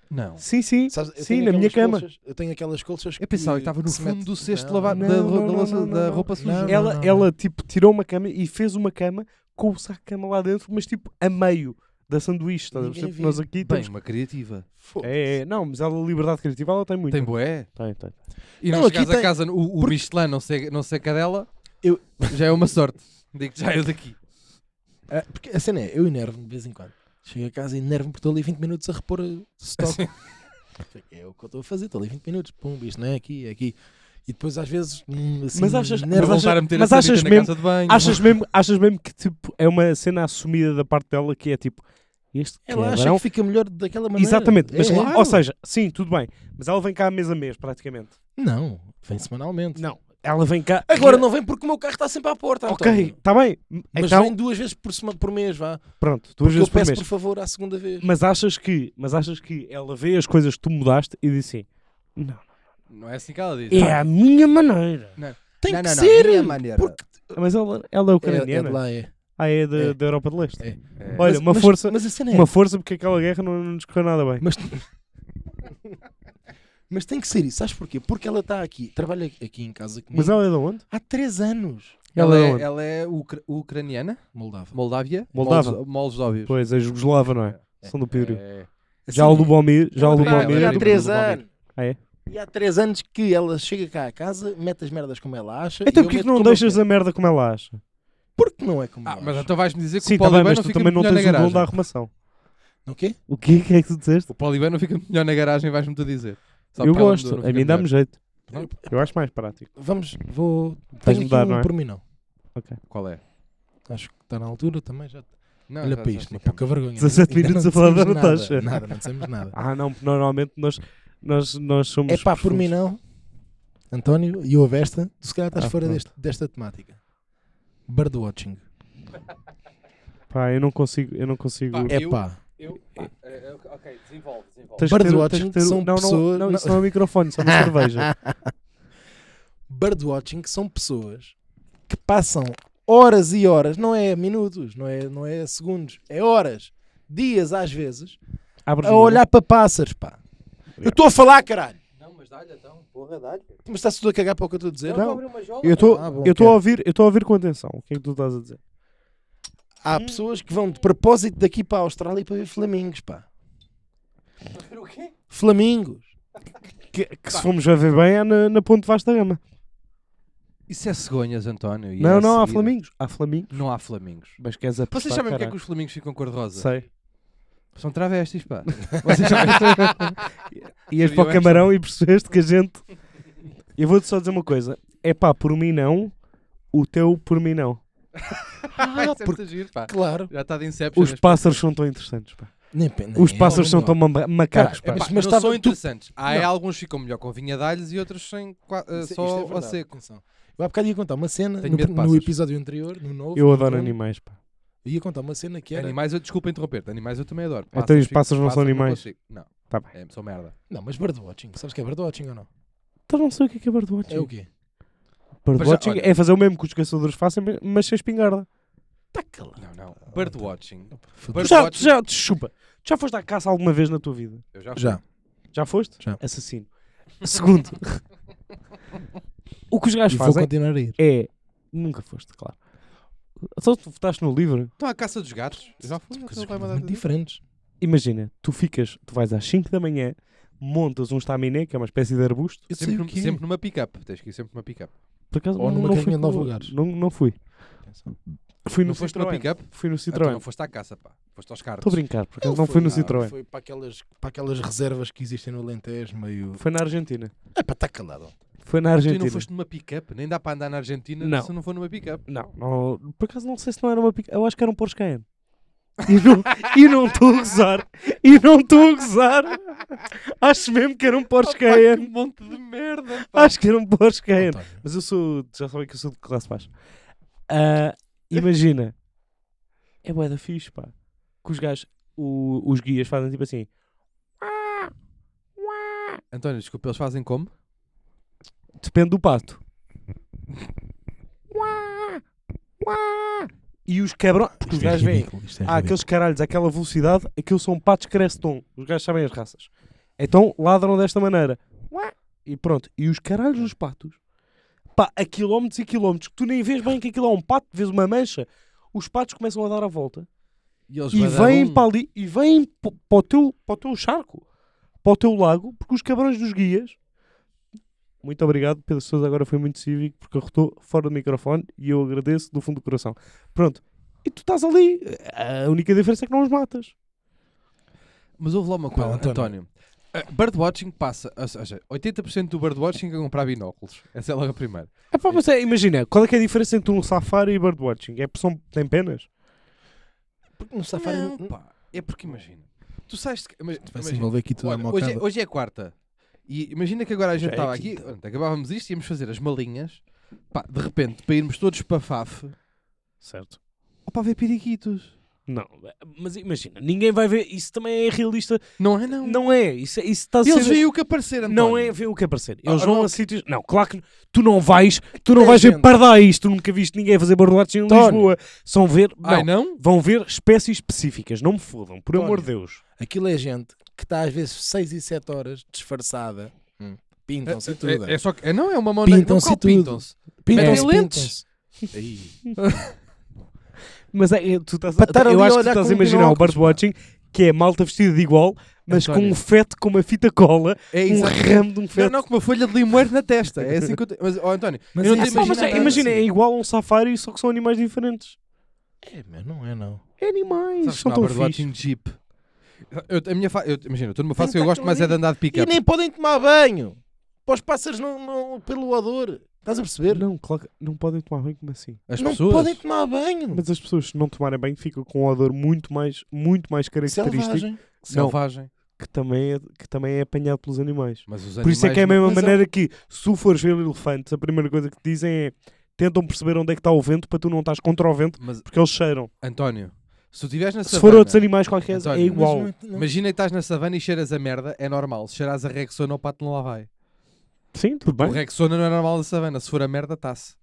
Speaker 3: Não.
Speaker 4: Sim, sim.
Speaker 2: Sabes, eu
Speaker 4: Sim,
Speaker 2: tenho
Speaker 4: na minha
Speaker 2: aquelas
Speaker 4: cama.
Speaker 2: colchas- eu tenho aquelas colchas
Speaker 3: Eu pensava que estava no
Speaker 2: se
Speaker 3: fundo
Speaker 2: mete-
Speaker 3: do cesto
Speaker 2: Não,
Speaker 3: lavado
Speaker 2: não,
Speaker 3: da,
Speaker 4: não,
Speaker 3: ro- da
Speaker 4: não,
Speaker 3: louça-
Speaker 4: não,
Speaker 3: da
Speaker 4: não.
Speaker 3: roupa suja.
Speaker 2: Não,
Speaker 4: Ela, ela tipo, tirou uma cama e fez uma cama com o saco-cama lá dentro, mas tipo, a meio da sanduíche. Estás a
Speaker 2: Ninguém
Speaker 4: perceber? Porque
Speaker 2: viu.
Speaker 4: Nós aqui
Speaker 3: Bem,
Speaker 4: temos...
Speaker 3: uma criativa.
Speaker 4: É, é, não, mas ela, liberdade criativa, ela tem muito.
Speaker 3: Tem boé.
Speaker 4: Tem, tem.
Speaker 3: E
Speaker 2: Não,
Speaker 3: não,
Speaker 2: aqui
Speaker 3: chegares a
Speaker 2: tem-
Speaker 3: casa, o, o Michelin não sei, não sei cadela,
Speaker 2: Eu-
Speaker 3: já é uma sorte. Digo já eu daqui.
Speaker 2: Ah, porque a cena é, eu enervo-me de vez em quando. Chego a casa e enervo-me porque estou ali 20 minutos a repor eh, stock. é o que eu estou a fazer, estou ali 20 minutos, pum, isto não é aqui, é aqui. E depois às vezes, hum, assim,
Speaker 4: Mas achas-
Speaker 3: Para
Speaker 4: Mas
Speaker 2: enerva
Speaker 4: achas-
Speaker 3: voltar a meter
Speaker 4: mas
Speaker 3: a sanita
Speaker 4: achas
Speaker 3: na
Speaker 4: mesmo-
Speaker 3: casa de banho.
Speaker 4: Achas mesmo, achas mesmo que tipo, é uma cena assumida da parte dela que é tipo, este
Speaker 2: Ela acha
Speaker 4: cabrão-
Speaker 2: que fica melhor daquela maneira.
Speaker 4: Exatamente, mas,
Speaker 2: É, é.
Speaker 4: ou seja, sim, tudo bem, mas ela vem cá mês a mês praticamente.
Speaker 2: Não, vem semanalmente.
Speaker 4: Não, ela vem cá.
Speaker 2: Agora não vem porque o meu carro está sempre à porta,
Speaker 4: Ok,
Speaker 2: António.
Speaker 4: está bem.
Speaker 2: Mas
Speaker 4: então,
Speaker 2: vem duas vezes por, sema- por mês, vá.
Speaker 4: pronto, duas
Speaker 2: Porque eu
Speaker 4: vezes por
Speaker 2: peço,
Speaker 4: mês.
Speaker 2: por favor, à segunda vez.
Speaker 4: Mas achas que, mas achas que ela vê as coisas que tu mudaste e diz assim: "Não,
Speaker 3: Não é assim que ela diz.
Speaker 4: é a minha maneira".
Speaker 2: Tem
Speaker 3: Não,
Speaker 2: que
Speaker 3: não, não,
Speaker 2: ser.
Speaker 3: minha maneira.
Speaker 2: Porque
Speaker 4: Mas ela, ela é
Speaker 2: é, é de
Speaker 4: ucraniana.
Speaker 2: lá, é.
Speaker 4: ah, é, da-
Speaker 2: É.
Speaker 4: da Europa de Leste.
Speaker 2: É.
Speaker 3: É.
Speaker 4: Olha,
Speaker 2: Mas-
Speaker 4: uma
Speaker 2: mas-
Speaker 4: força,
Speaker 2: Mas a cena é.
Speaker 4: uma força porque aquela guerra não, não nos correu nada bem.
Speaker 2: Mas, mas tem que ser isso, sabes porquê? Porque ela está aqui, trabalha aqui em casa comigo
Speaker 4: Mas ela é de onde?
Speaker 2: há 3 anos.
Speaker 3: Ela,
Speaker 4: ela é
Speaker 3: é,
Speaker 4: onde?
Speaker 3: ela é ucra- ucraniana?
Speaker 2: Moldava.
Speaker 3: Moldávia?
Speaker 4: Moldava.
Speaker 3: Molos, molos óbvios.
Speaker 4: Pois, é Jugoslava, não é?
Speaker 2: É.
Speaker 4: São do Pírio.
Speaker 3: É.
Speaker 4: Já o Lubomir, já o
Speaker 3: Ela tá-
Speaker 4: Lubomir.
Speaker 2: E
Speaker 3: ela
Speaker 2: há
Speaker 3: do
Speaker 2: 3
Speaker 3: Lubomir.
Speaker 2: anos.
Speaker 4: Ah, é?
Speaker 2: E há 3 anos que ela chega cá a casa, mete as merdas como ela é acha.
Speaker 4: Então
Speaker 2: e eu
Speaker 4: porquê que
Speaker 2: meto
Speaker 4: não
Speaker 2: como eu
Speaker 4: deixas
Speaker 2: quero.
Speaker 4: a merda como ela acha?
Speaker 2: Porque não é como
Speaker 3: Ah,
Speaker 2: eu
Speaker 3: mas
Speaker 2: acho.
Speaker 3: então vais-me dizer que
Speaker 4: Sim,
Speaker 3: o
Speaker 4: tá bem,
Speaker 3: Polibé
Speaker 4: mas
Speaker 3: não
Speaker 4: tu
Speaker 3: fica
Speaker 4: também
Speaker 3: muito
Speaker 4: não
Speaker 3: melhor na
Speaker 4: tens o dom da
Speaker 3: garagem.
Speaker 4: arrumação.
Speaker 3: então-
Speaker 2: O quê?
Speaker 4: O que é que é que tu disseste?
Speaker 3: O Polibé não fica melhor na garagem, vais-me tu dizer. Só
Speaker 4: eu
Speaker 3: porque ela
Speaker 4: gosto,
Speaker 3: Tá, não
Speaker 4: a
Speaker 3: fica
Speaker 4: mim dá-me
Speaker 3: melhor.
Speaker 4: jeito.
Speaker 2: Eu-
Speaker 4: Eu acho mais prático.
Speaker 2: Vamos, vou.
Speaker 4: Vais
Speaker 2: Tenho aqui
Speaker 4: mudar,
Speaker 2: um
Speaker 4: não é?
Speaker 2: pormenor.
Speaker 3: Qual é?
Speaker 2: Acho que está na altura também. Já... um
Speaker 3: Não,
Speaker 2: Olha
Speaker 3: Ah, já-
Speaker 2: para
Speaker 3: já
Speaker 2: isto, uma
Speaker 3: explicamos.
Speaker 2: pouca vergonha.
Speaker 4: 17
Speaker 2: Ainda
Speaker 4: minutos
Speaker 2: não
Speaker 4: a falar da
Speaker 2: dissemos nada,
Speaker 4: Natasha.
Speaker 2: Nada, não dissemos nada.
Speaker 4: Ah, não, porque normalmente nós, nós, nós somos.
Speaker 2: É pá, por mim não. António e o Avesta, tu se calhar estás
Speaker 4: Ah,
Speaker 2: fora
Speaker 4: pronto.
Speaker 2: deste- desta temática. Birdwatching.
Speaker 4: Pá, eu não consigo. Eu não consigo.
Speaker 3: Pá,
Speaker 2: É
Speaker 3: Eu-
Speaker 2: pá.
Speaker 3: Eu, Ah, é, ok, desenvolve, desenvolve.
Speaker 4: Tens que ter-
Speaker 2: birdwatching
Speaker 4: tens que ter-
Speaker 2: são
Speaker 4: não,
Speaker 2: pessoas-
Speaker 4: Não, não,
Speaker 2: não.
Speaker 4: isso não é microfone, isso é uma cerveja.
Speaker 2: Birdwatching são pessoas que passam horas e horas, não é minutos, não é, não é segundos, é horas, dias às vezes,
Speaker 4: Abres
Speaker 2: a
Speaker 4: o-
Speaker 2: olhar para pássaros, pá. Eu estou a falar, caralho.
Speaker 3: Não, mas dá-lhe então. Porra, dá-lhe.
Speaker 2: Mas está-se tudo a cagar para o que eu estou a dizer?
Speaker 4: Não.
Speaker 3: uma jola.
Speaker 4: Eu tô-
Speaker 2: Ah, bom,
Speaker 4: eu estou a
Speaker 2: quero.
Speaker 4: ouvir, eu estou a ouvir com atenção. O que é que tu estás a dizer?
Speaker 2: Há pessoas que vão de propósito daqui para a Austrália para ver flamingos, pá.
Speaker 3: O quê?
Speaker 2: Flamingos.
Speaker 4: Que, que se formos a ver bem é na, na Ponte Vasta Gama.
Speaker 3: Isso é cegonhas, António. e é
Speaker 4: não,
Speaker 3: a
Speaker 4: não, há
Speaker 3: seguir.
Speaker 4: flamingos. Há flamingos.
Speaker 3: Não há flamingos.
Speaker 4: Mas queres apostar,
Speaker 3: Vocês sabem porque é que
Speaker 4: caralho?
Speaker 3: os flamingos ficam cor-de-rosa?
Speaker 4: Sei.
Speaker 3: São travestis, pá. Vocês
Speaker 4: é
Speaker 3: sabem?
Speaker 4: Ias
Speaker 3: Sabia
Speaker 4: para o
Speaker 3: bem,
Speaker 4: camarão e percebeste que a gente. Eu vou-te só dizer uma coisa. É pá, por mim não. O teu, por mim não.
Speaker 3: Ah, Isso é
Speaker 2: porque-
Speaker 3: muito giro, pá.
Speaker 2: Claro.
Speaker 3: Já está de Inception.
Speaker 4: tá, Os pássaros são tão interessantes, pá.
Speaker 2: Nem, nem
Speaker 4: Os
Speaker 2: é,
Speaker 4: pássaros são
Speaker 2: não.
Speaker 4: tão ma- macacos,
Speaker 2: Caralho,
Speaker 4: pá.
Speaker 2: é
Speaker 3: Mas,
Speaker 2: Mas-
Speaker 3: pá,
Speaker 2: mas
Speaker 3: não
Speaker 2: estava-
Speaker 3: são
Speaker 2: tu-
Speaker 3: interessantes. Há
Speaker 2: Não.
Speaker 3: alguns que ficam melhor com vinha de alhos e outros sem, qua- eh,
Speaker 2: Isto é- isto é
Speaker 3: só a
Speaker 2: verdade.
Speaker 3: seco.
Speaker 2: Eu há bocado ia contar uma cena
Speaker 3: Tenho
Speaker 2: no,
Speaker 3: medo de
Speaker 2: no
Speaker 3: pássaros.
Speaker 2: episódio anterior, no novo.
Speaker 4: Eu
Speaker 2: no
Speaker 4: adoro
Speaker 2: novo,
Speaker 4: animais, pá.
Speaker 2: Ia contar uma cena que era.
Speaker 3: Animais, eu, desculpa interromper-te, animais eu também adoro.
Speaker 4: Então
Speaker 3: Pássaros
Speaker 4: os
Speaker 3: fico-
Speaker 4: pássaros não são
Speaker 3: pássaro
Speaker 4: animais?
Speaker 3: consigo. Não,
Speaker 4: Tá bem.
Speaker 3: é, são merda.
Speaker 2: Não, mas birdwatching. Sabes o que é birdwatching ou não?
Speaker 4: Então não sei o que é que é birdwatching.
Speaker 2: É o quê?
Speaker 4: Birdwatching
Speaker 3: Mas já- olha-
Speaker 4: é fazer o mesmo que os caçadores fazem, mas sem espingarda. Está calado.
Speaker 3: Não, não. Birdwatching.
Speaker 4: Tu
Speaker 3: Bird
Speaker 4: já, tu
Speaker 3: watching-
Speaker 4: já, chupa. Tu já foste à caça alguma vez na tua vida?
Speaker 3: Eu já.
Speaker 2: Já.
Speaker 4: Já foste?
Speaker 2: Já.
Speaker 4: Assassino. Segundo, o que os
Speaker 2: E
Speaker 4: gajos
Speaker 2: vou
Speaker 4: fazem
Speaker 2: continuar a ir.
Speaker 4: é. Nunca foste, claro. Só tu votaste no livro.
Speaker 3: Estão à caça dos gatos. Eu já fui.
Speaker 2: São
Speaker 3: já
Speaker 2: coisas
Speaker 3: estou lá uma
Speaker 2: muito
Speaker 3: data de-
Speaker 2: diferentes.
Speaker 4: Imagina, tu ficas, tu vais às 5 da manhã, montas um estaminé, que é uma espécie de arbusto.
Speaker 2: Eu sei
Speaker 3: Sempre,
Speaker 2: o
Speaker 3: num-
Speaker 2: que é.
Speaker 3: sempre numa pick-up. Tens que ir sempre numa pick-up.
Speaker 4: Por acaso,
Speaker 2: Ou
Speaker 4: não-
Speaker 2: numa
Speaker 4: não
Speaker 2: carrinha
Speaker 4: fui
Speaker 2: de nove
Speaker 4: com-
Speaker 2: lugares.
Speaker 4: Não, não fui. Fui no
Speaker 3: Não foste numa
Speaker 4: Citroën.
Speaker 3: pick-up?
Speaker 4: Fui no
Speaker 3: Ah, tu
Speaker 4: Citroën.
Speaker 3: não foste à caça, pá. Foste aos cartos.
Speaker 4: Estou a brincar, porque
Speaker 2: Ele
Speaker 4: não fui no
Speaker 2: lá,
Speaker 4: Citroën. Foi,
Speaker 2: Foi para aquelas, para aquelas reservas que existem no Alentejo, meio.
Speaker 4: na Argentina.
Speaker 2: É para estar calado.
Speaker 4: Foi na
Speaker 3: Tu
Speaker 4: Argentina.
Speaker 3: não foste numa pick-up. Nem dá para andar na Argentina
Speaker 4: Não.
Speaker 3: se não for numa pick-up.
Speaker 4: Não, não, por acaso não sei se não era uma pica. Eu acho que era um Porsche Cayenne. E não- E não estou a gozar. E não estou a gozar. Acho mesmo que era um Porsche
Speaker 3: que
Speaker 4: Cayenne.
Speaker 3: monte de merda, pá.
Speaker 4: Acho que era um Porsche Cayenne.
Speaker 2: António,
Speaker 4: Mas eu sou. Já sabem que eu sou de classe baixa. Ah, imagina. É bué da fixe, pá. Que os gajos. o- os guias fazem tipo assim.
Speaker 3: António, desculpa, eles fazem como?
Speaker 4: Depende do pato. Uá, uá. E os quebram. Porque os
Speaker 2: isto é
Speaker 4: gajos vêm. Ah,
Speaker 2: ridículo, isto é
Speaker 4: Há
Speaker 2: ridículo.
Speaker 4: aqueles caralhos, aquela velocidade, aqueles são patos creston. Os gajos sabem as raças. Então ladram desta maneira. Uá. E pronto. E os caralhos dos patos, pá, a quilómetros e quilómetros, que tu nem vês bem que aquilo é um pato, vês uma mancha, os patos começam a dar a volta
Speaker 3: eles
Speaker 4: e
Speaker 3: badaram
Speaker 4: vêm
Speaker 3: um-
Speaker 4: para ali, e vêm p- para o, teu, para o teu charco, para o teu lago, porque os cabrões dos guias. Muito obrigado, Pedro Sousa. Agora foi muito cívico porque arrotou fora do microfone e eu agradeço do fundo do coração. Pronto, e tu estás ali. A única diferença é que não os matas.
Speaker 3: Mas houve lá uma coisa,
Speaker 2: António.
Speaker 3: António. Ah, birdwatching passa, ou seja, 80% do birdwatching é comprar binóculos. Essa é logo a primeira.
Speaker 4: É pá, mas é, imagina, qual é que é a diferença entre um safari e birdwatching? É porque são, tem penas?
Speaker 2: Porque no safari.
Speaker 3: Não,
Speaker 2: hum,
Speaker 3: pá, é porque imagina. Tu sais de... ca- ima-
Speaker 2: Vai se
Speaker 3: imagina,
Speaker 2: envolver aqui tudo à
Speaker 3: olha, hoje, é,
Speaker 2: mocada.
Speaker 3: hoje é quarta. E imagina que agora a gente
Speaker 4: é
Speaker 3: estava aqui,
Speaker 4: quinta.
Speaker 3: pronto, acabávamos isto, íamos fazer as malinhas, pá, de repente, para irmos todos para FAF,
Speaker 4: Certo.
Speaker 3: ou para ver periquitos.
Speaker 4: Não, é, mas imagina, ninguém vai ver. Isso também é realista.
Speaker 3: Não é não.
Speaker 4: Não é, isso, isso está a
Speaker 3: Eles
Speaker 4: ser-
Speaker 3: veem o que aparecer, António.
Speaker 4: Não é ver o que aparecer. Eles
Speaker 3: Ah,
Speaker 4: vão
Speaker 3: não.
Speaker 4: a sítios. Não, claro que n- tu não vais, tu não vais ver
Speaker 2: gente.
Speaker 4: pardais, tu nunca viste ninguém fazer bordoates em
Speaker 3: Tony.
Speaker 4: Lisboa. São ver. Não,
Speaker 3: Ai, não?
Speaker 4: Vão ver espécies específicas, não me fodam, por
Speaker 2: Tony.
Speaker 4: amor de Deus.
Speaker 2: Aquilo é gente que está às vezes 6 e 7 horas disfarçada.
Speaker 4: Hum.
Speaker 2: Pintam-se e tudo.
Speaker 3: É, é só que, é, não é uma mão na-
Speaker 2: Pintam-se
Speaker 3: não, qual
Speaker 2: tudo.
Speaker 3: pintam-se?
Speaker 4: é
Speaker 2: Pintam-se,
Speaker 3: metem lentes.
Speaker 2: pintam-se.
Speaker 4: Mas é, é- tu estás,
Speaker 2: Para estar ali
Speaker 4: eu
Speaker 2: a
Speaker 4: acho que tu
Speaker 2: olhar
Speaker 4: estás
Speaker 2: com
Speaker 4: a
Speaker 2: um
Speaker 4: imaginar o
Speaker 2: binóculos,
Speaker 4: birdwatching que é malta vestida de igual, mas com
Speaker 3: António.
Speaker 4: um feto com uma fita cola,
Speaker 3: É
Speaker 4: um
Speaker 3: exato.
Speaker 4: ramo de um
Speaker 3: Não,
Speaker 4: feto.
Speaker 3: não, com uma folha de limoeiro na testa. É assim que eu te... Mas, ó, António,
Speaker 2: Mas
Speaker 3: eu
Speaker 2: é
Speaker 3: não te
Speaker 2: assim,
Speaker 4: Ah, mas
Speaker 3: imagino
Speaker 4: é-
Speaker 2: nada
Speaker 3: nada.
Speaker 4: imagina, é
Speaker 2: assim.
Speaker 4: igual a um safari, só que são animais diferentes.
Speaker 2: É, mas não é não.
Speaker 4: É animais,
Speaker 3: Sabes que
Speaker 4: são
Speaker 3: não há
Speaker 4: tão
Speaker 3: birdwatching
Speaker 4: fixe.
Speaker 3: um
Speaker 4: um
Speaker 3: Jeep. Eu, a minha fa... eu, imagina, eu estou numa fase que eu
Speaker 2: tá
Speaker 3: gosto mais é de
Speaker 2: ali.
Speaker 3: andar de
Speaker 2: E
Speaker 3: pick-up.
Speaker 2: nem podem tomar banho. Para os pássaros não, não- pelo odor. Estás a perceber?
Speaker 4: Não, claro, que não podem tomar banho como assim.
Speaker 3: As
Speaker 2: não
Speaker 3: pessoas.
Speaker 2: podem tomar banho.
Speaker 4: Mas as pessoas, se não tomarem bem, ficam com um odor muito mais, muito mais é característico
Speaker 2: é Selvagem.
Speaker 3: Selvagem.
Speaker 4: que também, é, que também é apanhado pelos animais.
Speaker 3: Mas os
Speaker 4: Por isso é que é a
Speaker 3: animais
Speaker 4: mesma
Speaker 2: mas é-
Speaker 4: maneira que, se tu fores ver elefantes, a primeira coisa que te dizem é tentam perceber onde é que está o vento para tu não estás contra o vento
Speaker 3: não- Mas,
Speaker 4: porque eles cheiram.
Speaker 3: António, se tu estiveres na
Speaker 4: Se for
Speaker 3: savana,
Speaker 4: outros animais qualquer,
Speaker 3: António,
Speaker 4: é
Speaker 3: mas
Speaker 4: igual.
Speaker 2: Mas não- não-
Speaker 3: imagina que estás na savana e cheiras a merda, é normal. Se cheiras a Rexona, o pato não lá vai.
Speaker 4: Sim, tudo
Speaker 3: O
Speaker 4: bem.
Speaker 3: Rexona não é normal na savana. Se for a merda, está-se.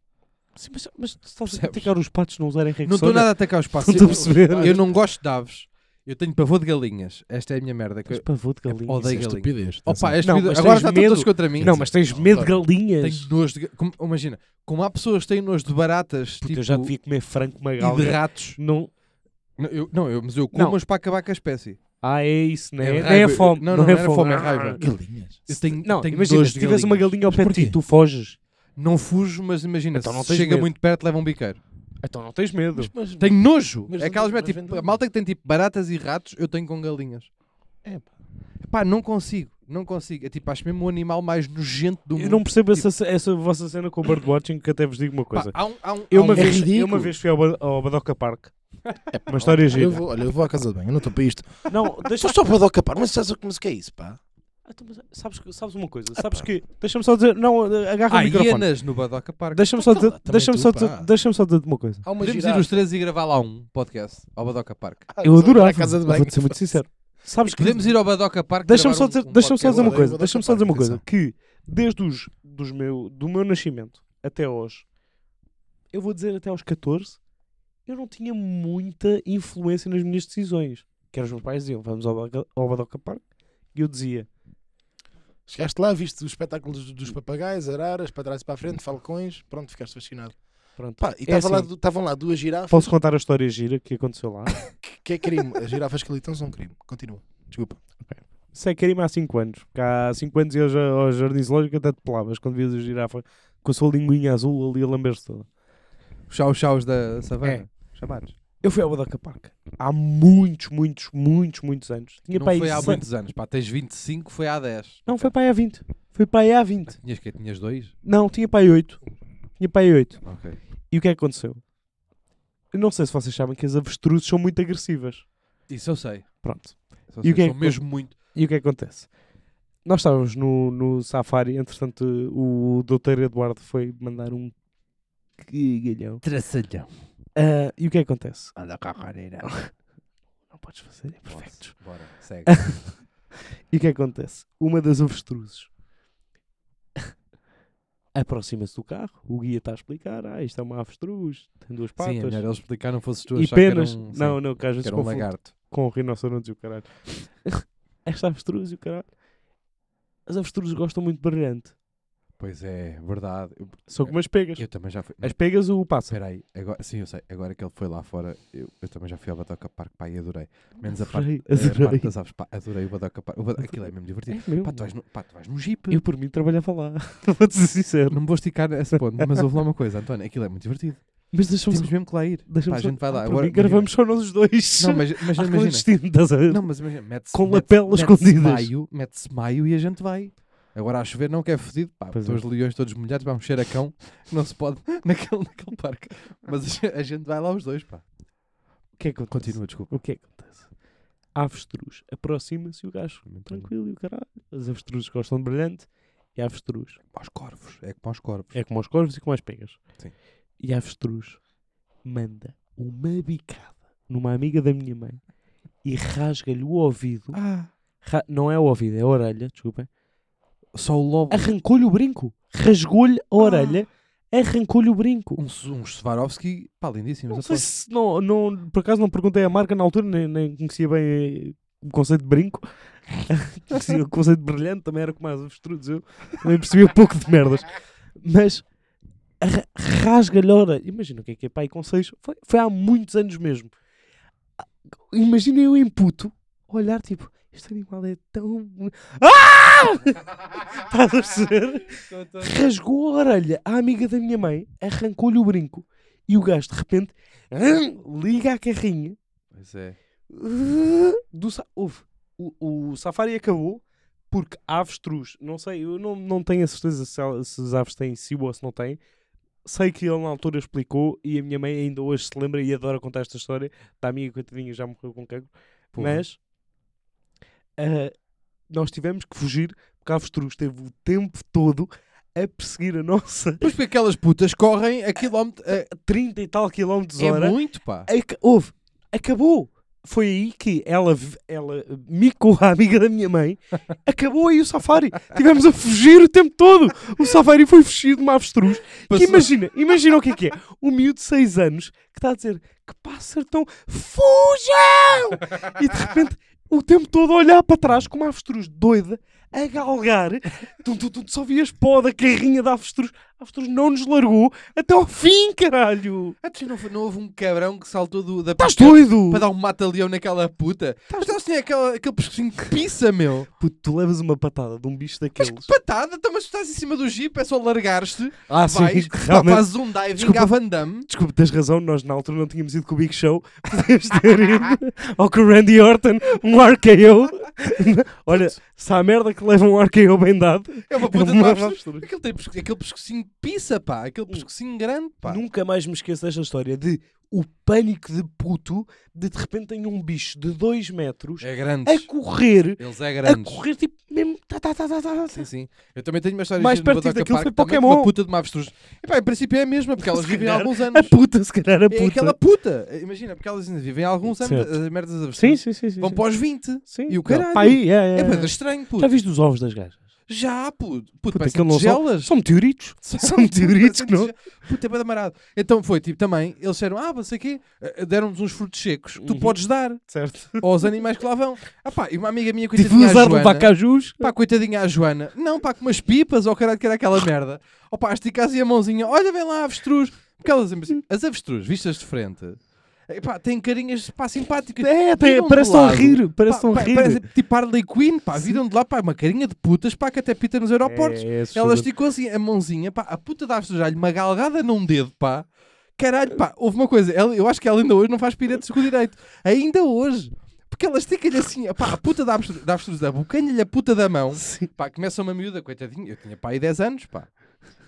Speaker 4: Sim, mas, mas tu estás a
Speaker 3: Percebes?
Speaker 4: criticar os patos não usarem
Speaker 3: Não estou
Speaker 4: rexona.
Speaker 3: nada a atacar os passos.
Speaker 4: Estão-te a perceber?
Speaker 3: Eu, eu não gosto de aves. Eu tenho pavor de galinhas. Esta é a minha merda. Que
Speaker 4: Tens
Speaker 3: eu...
Speaker 4: pavor de galinha.
Speaker 2: Isso é
Speaker 3: odeio galinhas.
Speaker 2: estupidez.
Speaker 3: Opa, és
Speaker 4: Não,
Speaker 3: fedido-
Speaker 4: mas
Speaker 3: agora
Speaker 4: tens
Speaker 3: já estão todos
Speaker 4: medo.
Speaker 3: contra mim.
Speaker 4: Não, mas tens medo de galinhas.
Speaker 3: Tenho nojo de. ga- como- imagina, como há pessoas que têm nojo de baratas
Speaker 4: Puta,
Speaker 3: tipo,
Speaker 4: eu já devia comer franco uma
Speaker 3: e de
Speaker 4: galinha.
Speaker 3: ratos.
Speaker 4: Não...
Speaker 3: Não, eu, não eu, mas eu
Speaker 4: Não.
Speaker 3: como mas para acabar com a espécie.
Speaker 4: Ah, é isso, não é?
Speaker 3: É
Speaker 4: Não é
Speaker 3: raiva.
Speaker 4: fome.
Speaker 3: Não,
Speaker 4: Não,
Speaker 3: não
Speaker 4: é
Speaker 3: era fome, é
Speaker 4: Ah.
Speaker 3: raiva.
Speaker 2: Galinhas.
Speaker 3: Eu tenho,
Speaker 4: Não,
Speaker 3: tenho
Speaker 4: imagina,
Speaker 3: nojo
Speaker 4: se
Speaker 3: de
Speaker 4: tivesse uma
Speaker 3: galinhas.
Speaker 4: galinha ao pé de ti,
Speaker 2: porquê?
Speaker 4: tu foges.
Speaker 3: Não fujo, mas imagina,
Speaker 4: Então não
Speaker 3: se
Speaker 4: tens
Speaker 3: chega
Speaker 4: medo.
Speaker 3: muito perto, leva um biqueiro.
Speaker 4: Então não tens medo.
Speaker 2: Mas,
Speaker 3: Tenho nojo.
Speaker 2: Mas
Speaker 3: é
Speaker 2: não
Speaker 3: aquelas merda,
Speaker 2: tem- mas
Speaker 3: tipo,
Speaker 2: vende-
Speaker 3: a malta que tem tipo baratas e ratos, eu tenho com galinhas.
Speaker 2: É, pá.
Speaker 3: Pá, não consigo, não consigo. É tipo, acho mesmo o animal mais nojento do
Speaker 4: Eu
Speaker 3: mundo.
Speaker 4: não percebo essa, essa vossa cena com o birdwatching, que até vos digo uma
Speaker 3: Pá,
Speaker 4: coisa.
Speaker 3: há um, há um, há
Speaker 4: eu,
Speaker 3: um-
Speaker 4: uma
Speaker 2: é
Speaker 4: vez, eu
Speaker 2: ridículo.
Speaker 4: uma vez fui ao, Ba- ao Badoca Park. Uma história
Speaker 2: eu
Speaker 4: gira.
Speaker 2: vou, olha, eu vou à casa de banho, eu não estou para isto.
Speaker 4: Não, deixa
Speaker 2: Estou só para docapar, mas sabes o que mas o que é isso, pá?
Speaker 4: Ah, então, mas Sabes, que- sabes uma coisa?
Speaker 2: Ah,
Speaker 4: Sabes
Speaker 2: pá.
Speaker 4: que. Deixa-me só dizer. Não, agarra
Speaker 3: Há
Speaker 4: o microfone.
Speaker 3: hienas no Badoca Park.
Speaker 4: Deixa-me só
Speaker 2: Cala,
Speaker 4: dizer.
Speaker 2: também
Speaker 4: Deixa-me
Speaker 2: tu,
Speaker 4: só
Speaker 2: pá.
Speaker 4: dizer. Deixa-me só dizer uma coisa.
Speaker 2: Há uma
Speaker 3: Podemos ir
Speaker 2: girafa.
Speaker 3: os três e gravar lá um podcast ao Badoca Park.
Speaker 2: Ah,
Speaker 4: Eu adorava.
Speaker 2: à casa de banho.
Speaker 4: Vou-te ser muito sincero. Sabes Ah, que.
Speaker 3: Podemos ir ao Badoca Park.
Speaker 4: Deixa-me
Speaker 3: gravar
Speaker 4: só
Speaker 3: um-
Speaker 4: dizer,
Speaker 3: um
Speaker 4: deixa só
Speaker 3: podcast.
Speaker 4: dizer uma
Speaker 2: Eu
Speaker 4: coisa.
Speaker 2: adoro
Speaker 4: Deixa-me só dizer uma coisa.
Speaker 2: atenção.
Speaker 4: Que desde os, dos meu, do meu nascimento até hoje, eu vou dizer até aos 14, eu não tinha muita influência nas minhas decisões. Que eram os meus pais diziam, vamos ao, Baga- ao Badoca Park. E eu dizia,
Speaker 2: Chegaste lá, viste os espetáculos dos papagaios, araras, para trás e para a frente, falcões, pronto, ficaste fascinado.
Speaker 4: pronto.
Speaker 2: Pá,
Speaker 4: É
Speaker 2: e estavam lá
Speaker 4: assim.
Speaker 2: du- estavam lá, duas girafas,
Speaker 4: Posso contar a história gira que aconteceu lá?
Speaker 2: que é crime. As girafas que ali estão são crime. Continua, desculpa.
Speaker 4: Sei que era há 5 anos. Porque há 5 anos eu já ao Jardim Zoológico até te pelavas quando vias a girafa com a sua linguinha azul ali a lamber-se toda.
Speaker 3: Os chau-chaus da
Speaker 4: É.
Speaker 3: savana. Chamados.
Speaker 4: Eu fui ao Badoca Park há muitos, muitos, muitos, muitos anos. Tinha
Speaker 3: Não
Speaker 4: para aí
Speaker 3: foi há
Speaker 4: se-
Speaker 3: muitos anos, pá. Tens 25, foi há 10.
Speaker 4: Não, foi para aí há 20. Foi para aí há 20.
Speaker 3: Tinhas que Tinhas dois?
Speaker 4: Não, tinha para aí 8. Tinha para aí 8.
Speaker 3: Ok.
Speaker 4: E o que é que aconteceu? Eu não sei se vocês sabem que as avestruzes são muito agressivas.
Speaker 3: Isso eu sei.
Speaker 4: Pronto.
Speaker 3: Isso eu
Speaker 4: E
Speaker 3: sei.
Speaker 4: o que é
Speaker 3: São
Speaker 4: que-
Speaker 3: mesmo muito.
Speaker 4: E o que é que acontece? Nós estávamos no, no safari, entretanto o doutor Eduardo foi mandar um cagalhão.
Speaker 3: Traçalhão.
Speaker 4: Ah, e o que é que acontece?
Speaker 3: Anda com a careira.
Speaker 4: Não podes fazer, é perfeito.
Speaker 3: Bora, segue.
Speaker 4: E o que é que acontece? Uma das avestruzes aproxima-se do carro, o guia está a explicar, ah, isto é uma avestruz, tem duas
Speaker 3: Sim, é
Speaker 4: patas.
Speaker 3: melhor eles explicaram, fosses tu
Speaker 4: e
Speaker 3: achar que era
Speaker 4: penas.
Speaker 3: um- sim,
Speaker 4: não, não, que às
Speaker 3: que
Speaker 4: vezes
Speaker 3: era um
Speaker 4: confundo.
Speaker 3: lagarto.
Speaker 4: com rinocerontes e o caralho. Esta avestruz e o caralho. As avestruzes gostam muito de brilhante.
Speaker 3: Pois é, verdade. Eu,
Speaker 4: São como as pegas.
Speaker 3: eu também já fui.
Speaker 4: As pegas o passa.
Speaker 3: Espera aí, agora, sim, eu sei. Agora que ele foi lá fora, eu, eu também já fui ao Badoca Park, pá, e adorei. Menos a parte,
Speaker 4: Adorei,
Speaker 3: a
Speaker 4: adorei.
Speaker 3: parte das aves, pá, adorei o Badoca Park. O Badoca- aquilo é mesmo divertido.
Speaker 4: É mesmo.
Speaker 3: Pá, tu vais no, pá, tu vais num jeep.
Speaker 4: Eu por mim trabalhava lá. Vou-te ser sincero.
Speaker 3: Não me vou esticar a esse ponto, mas houve lá uma coisa, António, aquilo é muito divertido.
Speaker 4: Mas deixa-me
Speaker 3: Temos
Speaker 4: só.
Speaker 3: mesmo que lá ir.
Speaker 4: Deixa
Speaker 3: Pá, a gente vai lá. Agora,
Speaker 4: gravamos só nós os dois.
Speaker 3: Não, mas, mas
Speaker 4: Acho que é um
Speaker 3: imagina.
Speaker 4: destino, estás a ver?
Speaker 3: Não, mas imagina, mete-se
Speaker 4: Com
Speaker 3: mete-
Speaker 4: lapelas
Speaker 3: mete-se
Speaker 4: escondidas.
Speaker 3: Maio, mete-se maio e a gente vai. Agora a chover não que é fodido, pá,
Speaker 4: Pois
Speaker 3: estão
Speaker 4: é.
Speaker 3: os leões todos molhados, vai um cheiro a cão, não se pode naquele, naquele parque. Mas a gente- a gente vai lá os dois, pá.
Speaker 4: O que é que acontece?
Speaker 3: Continua, desculpa.
Speaker 4: O que é que acontece? A avestruz aproxima-se e o gajo. Tranquilo e o caralho. As avestruzes gostam de brilhante e a avestruz.
Speaker 3: Aos corvos, é como aos corvos.
Speaker 4: É como aos corvos e como às pegas.
Speaker 3: Sim.
Speaker 4: E a avestruz manda uma bicada numa amiga da minha mãe e rasga-lhe o ouvido.
Speaker 3: Ah,
Speaker 4: Ra- não é o ouvido, é a orelha, desculpem.
Speaker 3: só o lobo.
Speaker 4: Arrancou-lhe o brinco. Rasgou-lhe a orelha,
Speaker 3: Ah.
Speaker 4: arrancou-lhe o brinco.
Speaker 3: Um, S- um Swarovski, pá, lindíssimo.
Speaker 4: Não
Speaker 3: assim, mas
Speaker 4: sei se, não, não, por acaso não perguntei a marca na altura, nem, nem conhecia bem eh, o conceito de brinco. conhecia o conceito de brilhante, também era como as avestruzes, eu também percebia um pouco de merdas. Mas ra- rasga-lhe a orelha. Imagina o que é que é pai com seis. Foi, foi há muitos anos mesmo. Ah, Imagina eu em puto olhar tipo, este animal é tão. boni- Ah! Estás a perceber? Rasgou a orelha à amiga da minha mãe, arrancou-lhe o brinco e o gajo de repente liga a carrinha
Speaker 3: Pois é.
Speaker 4: do sa- Ouve, o, o safari acabou porque a avestruz, não sei, eu não, não tenho a certeza se, ela- se as aves têm cibo ou se não têm. Sei que ele na altura explicou e a minha mãe ainda hoje se lembra e adora contar esta história. Da amiga coitadinha já morreu com cancro.
Speaker 3: Porra.
Speaker 4: Mas ah, nós tivemos que fugir porque a avestruz teve o tempo todo a perseguir a nossa
Speaker 3: Pois porque aquelas putas correm a quilómetro. a-
Speaker 4: 30 e tal quilómetros
Speaker 3: é
Speaker 4: hora.
Speaker 3: muito, pá.
Speaker 4: Ac- Houve, acabou. Foi aí que ela, v- ela micou a amiga da minha mãe. Acabou aí o safari. Tivemos a fugir o tempo todo. O safari foi fugido de uma avestruz. Que
Speaker 3: Passou-
Speaker 4: imagina, imagina o que é que é. Um miúdo de 6 anos que está a dizer que pássaro tão. Fujam! E de repente, o tempo todo a olhar para trás com uma avestruz doida a galgar. Tu, tu, tu, só vias pó da carrinha da avestruz. A avestruz não nos largou até ao fim, caralho.
Speaker 3: Antes não, foi- não houve um cabrão que saltou do, da
Speaker 4: Estás
Speaker 3: picape
Speaker 4: doido?
Speaker 3: para dar um mata-leão naquela puta. Mas eles têm aquela, aquele pescocinho que pisa, meu.
Speaker 4: Puto, tu levas uma patada de um bicho
Speaker 3: Mas
Speaker 4: daqueles.
Speaker 3: que patada, então, mas tu estás em cima do jeep, é só largar-te,
Speaker 4: ah,
Speaker 3: vais,
Speaker 4: realmente.
Speaker 3: fazes um diving
Speaker 4: Desculpa.
Speaker 3: à Van Damme.
Speaker 4: Desculpa, tens razão, nós na altura não tínhamos ido com o Big Show. Podíamos ter ido ou com o Randy Orton, um RKO. Olha, se há merda que leva um RKO bem dado,
Speaker 3: É uma
Speaker 4: é
Speaker 3: puta de
Speaker 4: uma Hum.
Speaker 3: uma
Speaker 4: avestruz.
Speaker 3: Aquele, tem pesco- aquele pescocinho pisa, pá. Aquele pescocinho grande, pá.
Speaker 4: Nunca mais me esqueço desta história de o pânico de puto de de repente tem um bicho de 2 metros
Speaker 3: É
Speaker 4: a
Speaker 3: grandes.
Speaker 4: correr,
Speaker 3: Eles é
Speaker 4: a
Speaker 3: grandes.
Speaker 4: correr tipo mesmo. Tá, tá, tá, tá, tá, tá.
Speaker 3: Sim, sim. Eu também tenho uma história
Speaker 4: Mais
Speaker 3: gira no
Speaker 4: perto
Speaker 3: Badoca
Speaker 4: daquilo
Speaker 3: Park,
Speaker 4: foi
Speaker 3: também,
Speaker 4: Pokémon.
Speaker 3: Uma puta de uma avestruz. E, pá, em princípio é a mesma, porque elas
Speaker 4: Se
Speaker 3: vivem há
Speaker 4: calhar,
Speaker 3: alguns
Speaker 4: A
Speaker 3: anos.
Speaker 4: puta, se calhar a puta.
Speaker 3: É aquela puta. Imagina, porque elas ainda vivem há alguns anos.
Speaker 4: Certo.
Speaker 3: As merdas das avestruz
Speaker 4: Sim, sim, sim. sim,
Speaker 3: vão
Speaker 4: sim.
Speaker 3: para os 20.
Speaker 4: Sim.
Speaker 3: E o
Speaker 4: Não,
Speaker 3: caralho.
Speaker 4: pá, aí, é, é,
Speaker 3: É
Speaker 4: é.
Speaker 3: para estranho, puto.
Speaker 4: Já viste os ovos das gajas?
Speaker 3: Já, puto. Puto,
Speaker 4: Puta,
Speaker 3: parece
Speaker 4: aquilo não são-
Speaker 3: tigelas.
Speaker 4: São meteoritos. São meteoritos que não.
Speaker 3: Puta, é bué de amarado. Então foi, tipo, também, eles disseram, ah, não sei o quê, eh, deram-nos uns frutos secos, tu
Speaker 4: Uhum.
Speaker 3: podes dar
Speaker 4: Certo.
Speaker 3: aos animais que lá vão. Ah pá, e uma amiga minha,
Speaker 4: Tive
Speaker 3: coitadinha, a
Speaker 4: usar
Speaker 3: Joana...
Speaker 4: um levar cajus.
Speaker 3: Pá, coitadinha a Joana. Não, pá, com umas pipas, ou caralho, que era aquela merda. Ó pá, esticasse a mãozinha. Olha, vem lá, avestruz. Porque elas, assim, as avestruz, vistas de frente, eh, pá, têm carinhas, pá, simpáticas.
Speaker 4: É,
Speaker 3: Viram
Speaker 4: tem,
Speaker 3: de
Speaker 4: parece tão
Speaker 3: lado.
Speaker 4: rir.
Speaker 3: Pá,
Speaker 4: Parece tão
Speaker 3: pá,
Speaker 4: rir.
Speaker 3: Parece tipo Harley Quinn, pá, viram de lá, pá, uma carinha de putas, pá, que até pita nos aeroportos.
Speaker 4: É, é assustador.
Speaker 3: Ela esticou assim a mãozinha, pá, a puta da avestruz já-lhe uma galgada num dedo, pá. Caralho, pá, houve uma coisa, ela- eu acho que ela ainda hoje não faz piretes com o direito. Ainda hoje. Porque ela estica-lhe assim, pá, a puta da avestruz, da avestruz abocanha-lhe a puta da mão.
Speaker 4: Sim.
Speaker 3: Pá, começa uma miúda, coitadinha, eu tinha pá aí 10 anos, pá.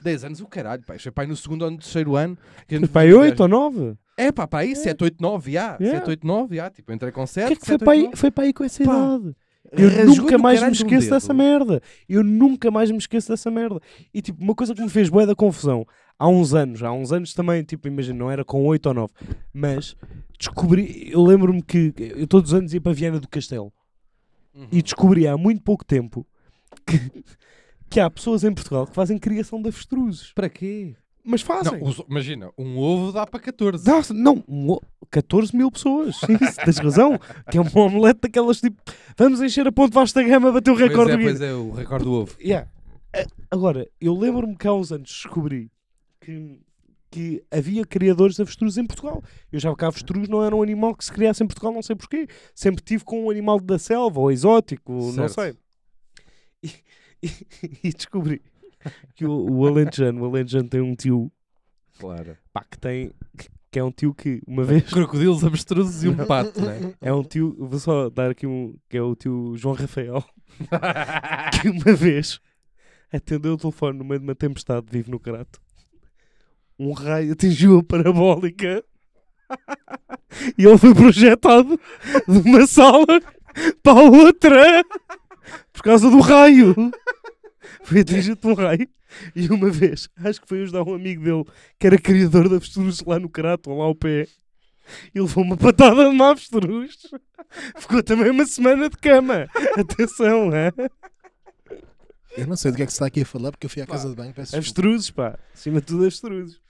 Speaker 3: 10 anos o caralho, pá. Isto é pá aí no segundo ou no terceiro ano. que a gente
Speaker 4: Pai,
Speaker 3: fazia
Speaker 4: 8 ou 9?
Speaker 3: É pá, pá aí 7, 8, 9, já. 7, 8, 9, já. Tipo, entrei com
Speaker 4: O
Speaker 3: 7,
Speaker 4: que é que foi para aí, foi para aí com essa
Speaker 3: Pá,
Speaker 4: idade? Eu nunca mais me
Speaker 3: um
Speaker 4: esqueço dessa merda. Eu nunca mais me esqueço dessa merda. E tipo, uma coisa que me fez bué da confusão há uns anos, há uns anos também, tipo, imagina, não era com 8 ou 9, mas descobri, eu lembro-me que eu todos os anos ia para Viana do Castelo
Speaker 3: Uhum.
Speaker 4: e descobri há muito pouco tempo que, que há pessoas em Portugal que fazem criação de avestruzes.
Speaker 3: Para quê?
Speaker 4: Mas fazem.
Speaker 3: Não, os- imagina, um ovo dá para 14.
Speaker 4: Dá- não, um o- 14 mil pessoas. Sim, se tens razão. Que é um omelete daquelas tipo. Vamos encher a ponte vasta gama, bater o
Speaker 3: Pois
Speaker 4: recorde
Speaker 3: é,
Speaker 4: do Guinness.
Speaker 3: pois é, o recorde do ovo.
Speaker 4: Yeah. A- Agora, eu lembro-me que há uns anos descobri que, que havia criadores de avestruz em Portugal. Eu já que a avestruz não era um animal que se criasse em Portugal, não sei porquê. Sempre tive com um animal da selva ou exótico, não
Speaker 3: Certo.
Speaker 4: sei. E, e- e descobri que o, o Alentejano, o Alentejano tem um tio
Speaker 3: Claro.
Speaker 4: pá, que tem que é um tio que uma vez
Speaker 3: Crocodilos, avestruzes e um pato, né?
Speaker 4: é um tio, vou só dar aqui um, que é o tio João Rafael, que uma vez atendeu o telefone no meio de uma tempestade, vive no crato. Um raio atingiu a parabólica e ele foi projetado de uma sala para a outra por causa do raio. Foi atingido por um raio e uma vez, acho que foi ajudar um amigo dele que era criador de avestruz lá no crato, ou lá ao pé. E levou uma patada de uma avestruz. Ficou também uma semana de cama. Atenção, é?
Speaker 2: Eu não sei do que é que se está aqui a falar porque eu fui à casa de banho. Peço desculpa.
Speaker 4: Avestruzes, pá. Acima de tudo, avestruzes.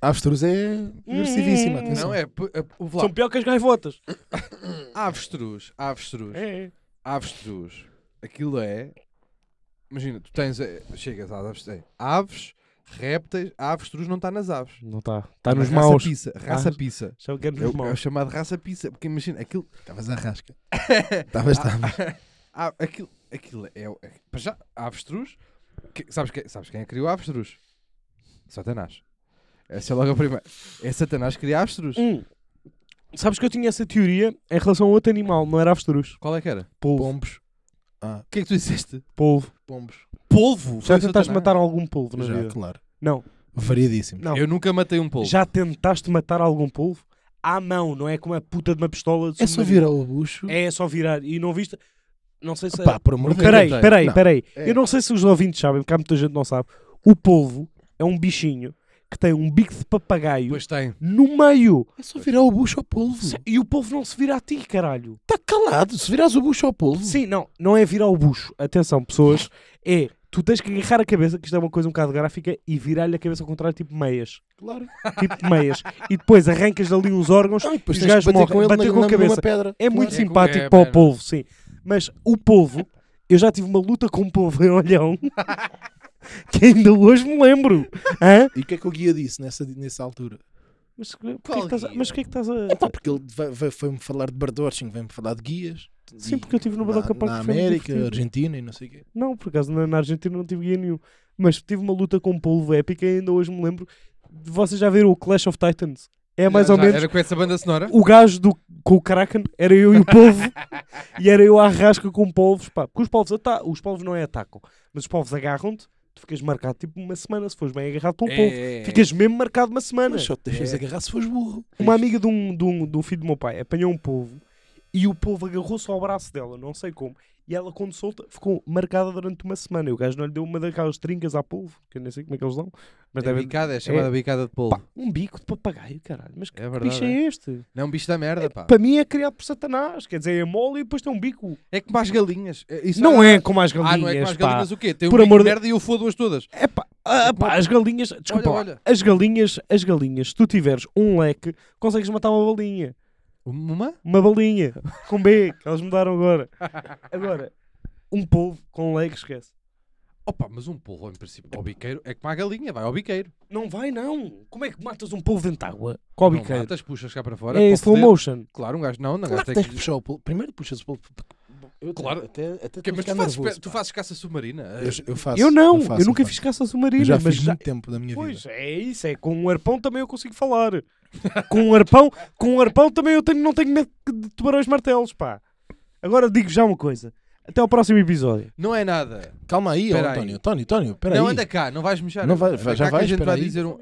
Speaker 2: A avestruz é agressivíssima.
Speaker 4: Hum,
Speaker 2: atenção.
Speaker 3: Não, é... p- é- Ouve lá.
Speaker 4: São pior que as gaivotas.
Speaker 3: Avestruz, avestruz.
Speaker 4: É.
Speaker 3: avestruz, aquilo é. Imagina, tu tens. eh, Chegas às aves. eh, Aves, répteis, a avestruz não está nas aves.
Speaker 4: Não está. Está
Speaker 3: Na
Speaker 4: nos
Speaker 3: raça
Speaker 4: maus.
Speaker 3: Pissa, raça pissa.
Speaker 4: Achava que era
Speaker 3: É
Speaker 4: nos
Speaker 3: o, é o
Speaker 4: maus.
Speaker 3: chamado raça pissa. Porque imagina, aquilo.
Speaker 2: Estavas a rasca. Estavas, estavas.
Speaker 4: Ah,
Speaker 3: a- aquilo, aquilo é. o- é- Para já, a avestruz. que- sabes, quem, sabes quem é que criou a avestruz? Satanás. Essa é logo a primeira. É Satanás que cria a avestruz.
Speaker 4: Hum. Sabes que eu tinha essa teoria em relação a outro animal, não era avestruz.
Speaker 3: Qual é que era?
Speaker 4: Polvo.
Speaker 2: Pombos. Ah,
Speaker 3: O que é que tu disseste?
Speaker 4: Polvo.
Speaker 2: pombos.
Speaker 3: Polvo!
Speaker 4: Já
Speaker 3: Foi Satanás.
Speaker 4: tentaste matar algum polvo na
Speaker 2: Já,
Speaker 4: vida?
Speaker 2: claro.
Speaker 4: Não,
Speaker 2: Variedíssimo.
Speaker 4: não.
Speaker 3: Eu nunca matei um polvo.
Speaker 4: Já tentaste matar algum polvo? À mão, não é com uma puta de uma pistola de
Speaker 2: É só
Speaker 4: submarino.
Speaker 2: virar o bucho.
Speaker 4: É só virar. E não viste. Não sei se.
Speaker 2: Pá, por amor de Deus.
Speaker 4: peraí,
Speaker 3: não tem.
Speaker 4: peraí,
Speaker 2: Não,
Speaker 4: peraí.
Speaker 2: é.
Speaker 4: Eu não sei se os ouvintes sabem, porque há muita gente que não sabe. O polvo é um bichinho que tem um bico de papagaio
Speaker 3: Pois tem.
Speaker 4: no meio.
Speaker 2: É só virar o bucho ao polvo.
Speaker 4: Se- E o polvo não se vira a ti, caralho.
Speaker 2: Está calado. Se virares o bucho ao polvo.
Speaker 4: Sim, não, não é virar o bucho. Atenção, pessoas. É. Tu tens que agarrar a cabeça, que isto é uma coisa um bocado gráfica, e virar-lhe a cabeça ao contrário, tipo meias.
Speaker 2: Claro.
Speaker 4: Tipo meias. e depois arrancas dali uns órgãos
Speaker 2: Ah, e depois
Speaker 4: Os
Speaker 2: tens
Speaker 4: gajos
Speaker 2: que bater
Speaker 4: morrem.
Speaker 2: com ele
Speaker 4: Bater
Speaker 2: na,
Speaker 4: com a
Speaker 2: na-
Speaker 4: cabeça.
Speaker 2: numa pedra.
Speaker 4: É muito
Speaker 3: É,
Speaker 4: simpático
Speaker 3: é,
Speaker 4: para
Speaker 3: é.
Speaker 4: o polvo, sim. Mas o polvo, eu já tive uma luta com um polvo em olhão que ainda hoje me lembro. Hã?
Speaker 2: E o que é que o guia disse nessa, nessa altura?
Speaker 4: Mas o que é
Speaker 3: Qual
Speaker 4: que estás a-
Speaker 3: guia?
Speaker 4: mas o que é que estás a.
Speaker 2: Epá, porque ele vai- vai- foi-me falar de birdwatching, veio-me falar de guias.
Speaker 4: Sim,
Speaker 2: E
Speaker 4: porque eu estive no
Speaker 2: na,
Speaker 4: Badoca Park.
Speaker 2: na
Speaker 4: foi muito
Speaker 2: América,
Speaker 4: divertido.
Speaker 2: Argentina e não sei o quê.
Speaker 4: Não, por acaso na, na Argentina não tive guia nenhum. Mas tive uma luta com um polvo épica e ainda hoje me lembro. Vocês já viram o Clash of Titans? É mais
Speaker 3: Já-
Speaker 4: ou
Speaker 3: já
Speaker 4: menos.
Speaker 3: Era com essa banda sonora?
Speaker 4: O gajo do, com o Kraken era eu e o polvo, e era eu à rasca com polvos, pá, porque os polvos, ata os polvos não é atacam, mas os polvos agarram-te, tu ficas marcado tipo uma semana, se fores bem agarrado
Speaker 3: É,
Speaker 4: por um polvo, ficas mesmo marcado uma semana.
Speaker 2: Mas só te deixas agarrar se fores burro.
Speaker 4: Uma amiga de um, de, um, de um filho do meu pai apanhou um polvo e o polvo agarrou-se ao braço dela, não sei como, E ela, quando solta, ficou marcada durante uma semana. E o gajo não lhe deu uma daquelas trincas à polvo, que eu nem sei como é que eles dão. Mas
Speaker 3: É
Speaker 4: deve
Speaker 3: bicada, é chamada bicada de polvo.
Speaker 4: Pá, um bico de papagaio, caralho. Mas que
Speaker 3: É verdade,
Speaker 4: bicho é este?
Speaker 3: Não é um bicho da merda, pá.
Speaker 4: Para mim é criado por Satanás. Quer dizer, é mole e depois tem um bico.
Speaker 3: É como as galinhas. É- Isso
Speaker 4: não é como as galinhas.
Speaker 3: Ah, não é como as
Speaker 4: pá.
Speaker 3: galinhas o quê? Tem um
Speaker 4: Por
Speaker 3: bico
Speaker 4: amor
Speaker 3: de
Speaker 4: de-
Speaker 3: merda e eu fodo-as todas.
Speaker 4: É pá, ah, pá, as galinhas, desculpa, lá,
Speaker 3: olha.
Speaker 4: as galinhas, as galinhas, se tu tiveres um leque, consegues matar uma balinha.
Speaker 3: Um, Uma?
Speaker 4: Uma balinha, com B, que elas mudaram agora. Agora, um polvo com leque, esquece.
Speaker 3: Opa, mas um polvo, em princípio, ao biqueiro, é como a galinha, vai ao biqueiro.
Speaker 4: Não vai, não. Como é que matas um polvo dentro de água? Com a
Speaker 3: Não
Speaker 4: biqueira.
Speaker 3: matas, puxas cá para fora.
Speaker 4: É em
Speaker 3: para
Speaker 4: slow
Speaker 3: foder.
Speaker 4: motion.
Speaker 3: Claro, um gajo não, não gajo
Speaker 2: Claro que
Speaker 3: tem
Speaker 2: tens que
Speaker 3: que...
Speaker 2: puxar o pulo. Primeiro puxas o pulo. Eu
Speaker 3: Claro.
Speaker 2: Até, até
Speaker 3: Que-
Speaker 2: estou a
Speaker 3: Mas
Speaker 2: ficar
Speaker 3: tu fazes,
Speaker 2: é nervoso,
Speaker 3: pe- tu
Speaker 2: pá.
Speaker 3: fazes caça submarina?
Speaker 2: Eu, eu faço.
Speaker 4: eu não, eu,
Speaker 2: faço, um
Speaker 4: nunca
Speaker 2: faço.
Speaker 4: fiz caça
Speaker 2: Eu
Speaker 4: submarina,
Speaker 2: já
Speaker 4: mas
Speaker 2: fiz
Speaker 4: já...
Speaker 2: muito tempo da minha
Speaker 4: Pois,
Speaker 2: vida.
Speaker 4: é isso, é com um arpão também eu consigo falar. com um arpão, com um arpão também eu tenho, não tenho medo de tubarões martelos, pá. Agora digo já uma coisa. Até ao próximo episódio.
Speaker 3: Não é nada.
Speaker 2: Calma aí, ó,
Speaker 3: Espera aí.
Speaker 2: António. António, António, peraí.
Speaker 3: Não, é anda cá, não vais mexer.
Speaker 2: Não vai-
Speaker 3: Anda
Speaker 2: vai-
Speaker 3: cá
Speaker 2: já
Speaker 3: que A
Speaker 2: vais,
Speaker 3: gente
Speaker 2: espera
Speaker 3: vai
Speaker 2: aí.
Speaker 3: dizer um...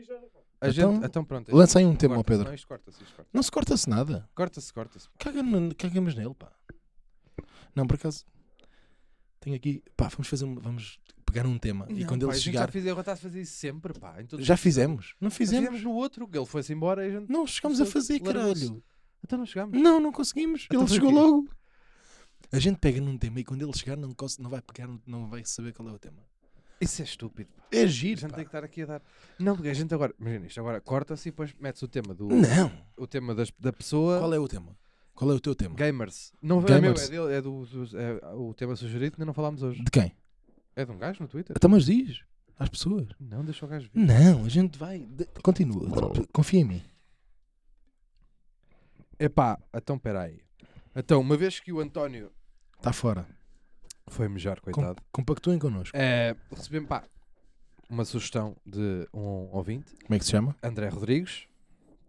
Speaker 3: A
Speaker 2: Então,
Speaker 3: gente... Então pronto.
Speaker 2: Lança aí um tema, ao
Speaker 3: corta-se.
Speaker 2: Pedro.
Speaker 3: Não, isto corta-se, isto corta-se.
Speaker 2: Não se corta-se nada.
Speaker 3: Corta-se, corta-se.
Speaker 2: Caga no- Cagamos nele, pá. Não, por acaso. Tenho aqui. Pá, vamos fazer. um- Vamos pegar um tema. e
Speaker 3: Não,
Speaker 2: quando
Speaker 3: pá,
Speaker 2: ele
Speaker 3: a gente
Speaker 2: chegar.
Speaker 3: Já fiz, eu estás a fazer isso sempre, pá. em todos
Speaker 2: Já
Speaker 3: os episódios.
Speaker 2: fizemos. Não
Speaker 3: Fizemos.
Speaker 2: fizemos.
Speaker 3: no outro, que ele foi-se embora e a gente.
Speaker 2: Não, chegámos a fazer,
Speaker 3: Largou-se.
Speaker 2: caralho.
Speaker 3: Então não chegámos.
Speaker 2: Não, não conseguimos.
Speaker 3: Então
Speaker 2: Ele
Speaker 3: foi o
Speaker 2: chegou
Speaker 3: quê?
Speaker 2: logo. A gente pega num tema e quando ele chegar não, cons- não vai pegar, não vai saber qual é o tema.
Speaker 3: Isso é estúpido. Pá.
Speaker 2: É
Speaker 3: A
Speaker 2: giro,
Speaker 3: gente
Speaker 2: pá.
Speaker 3: tem que estar aqui a dar. Não, porque a gente agora. Imagina isto, agora corta-se e depois metes o tema do.
Speaker 2: Não.
Speaker 3: O tema das, da pessoa.
Speaker 2: Qual é o tema? Qual é o teu tema?
Speaker 3: Gamers. Não
Speaker 2: Gamers.
Speaker 3: é meu, é dele, é do. do- é o tema sugerido que ainda não falámos hoje.
Speaker 2: De quem?
Speaker 3: É de um gajo no Twitter?
Speaker 2: Então, mas diz às pessoas.
Speaker 3: Não, deixa o gajo ver.
Speaker 2: Não, a gente vai. de- Continua. Confia em mim.
Speaker 3: Epá, então peraí. Então, uma vez que o António
Speaker 2: Está Tá fora.
Speaker 3: foi mejar,
Speaker 2: Com-
Speaker 3: coitado,
Speaker 2: Compactuem connosco.
Speaker 3: é, recebemos pá, uma sugestão de um ouvinte.
Speaker 2: Como é que se chama?
Speaker 3: André Rodrigues,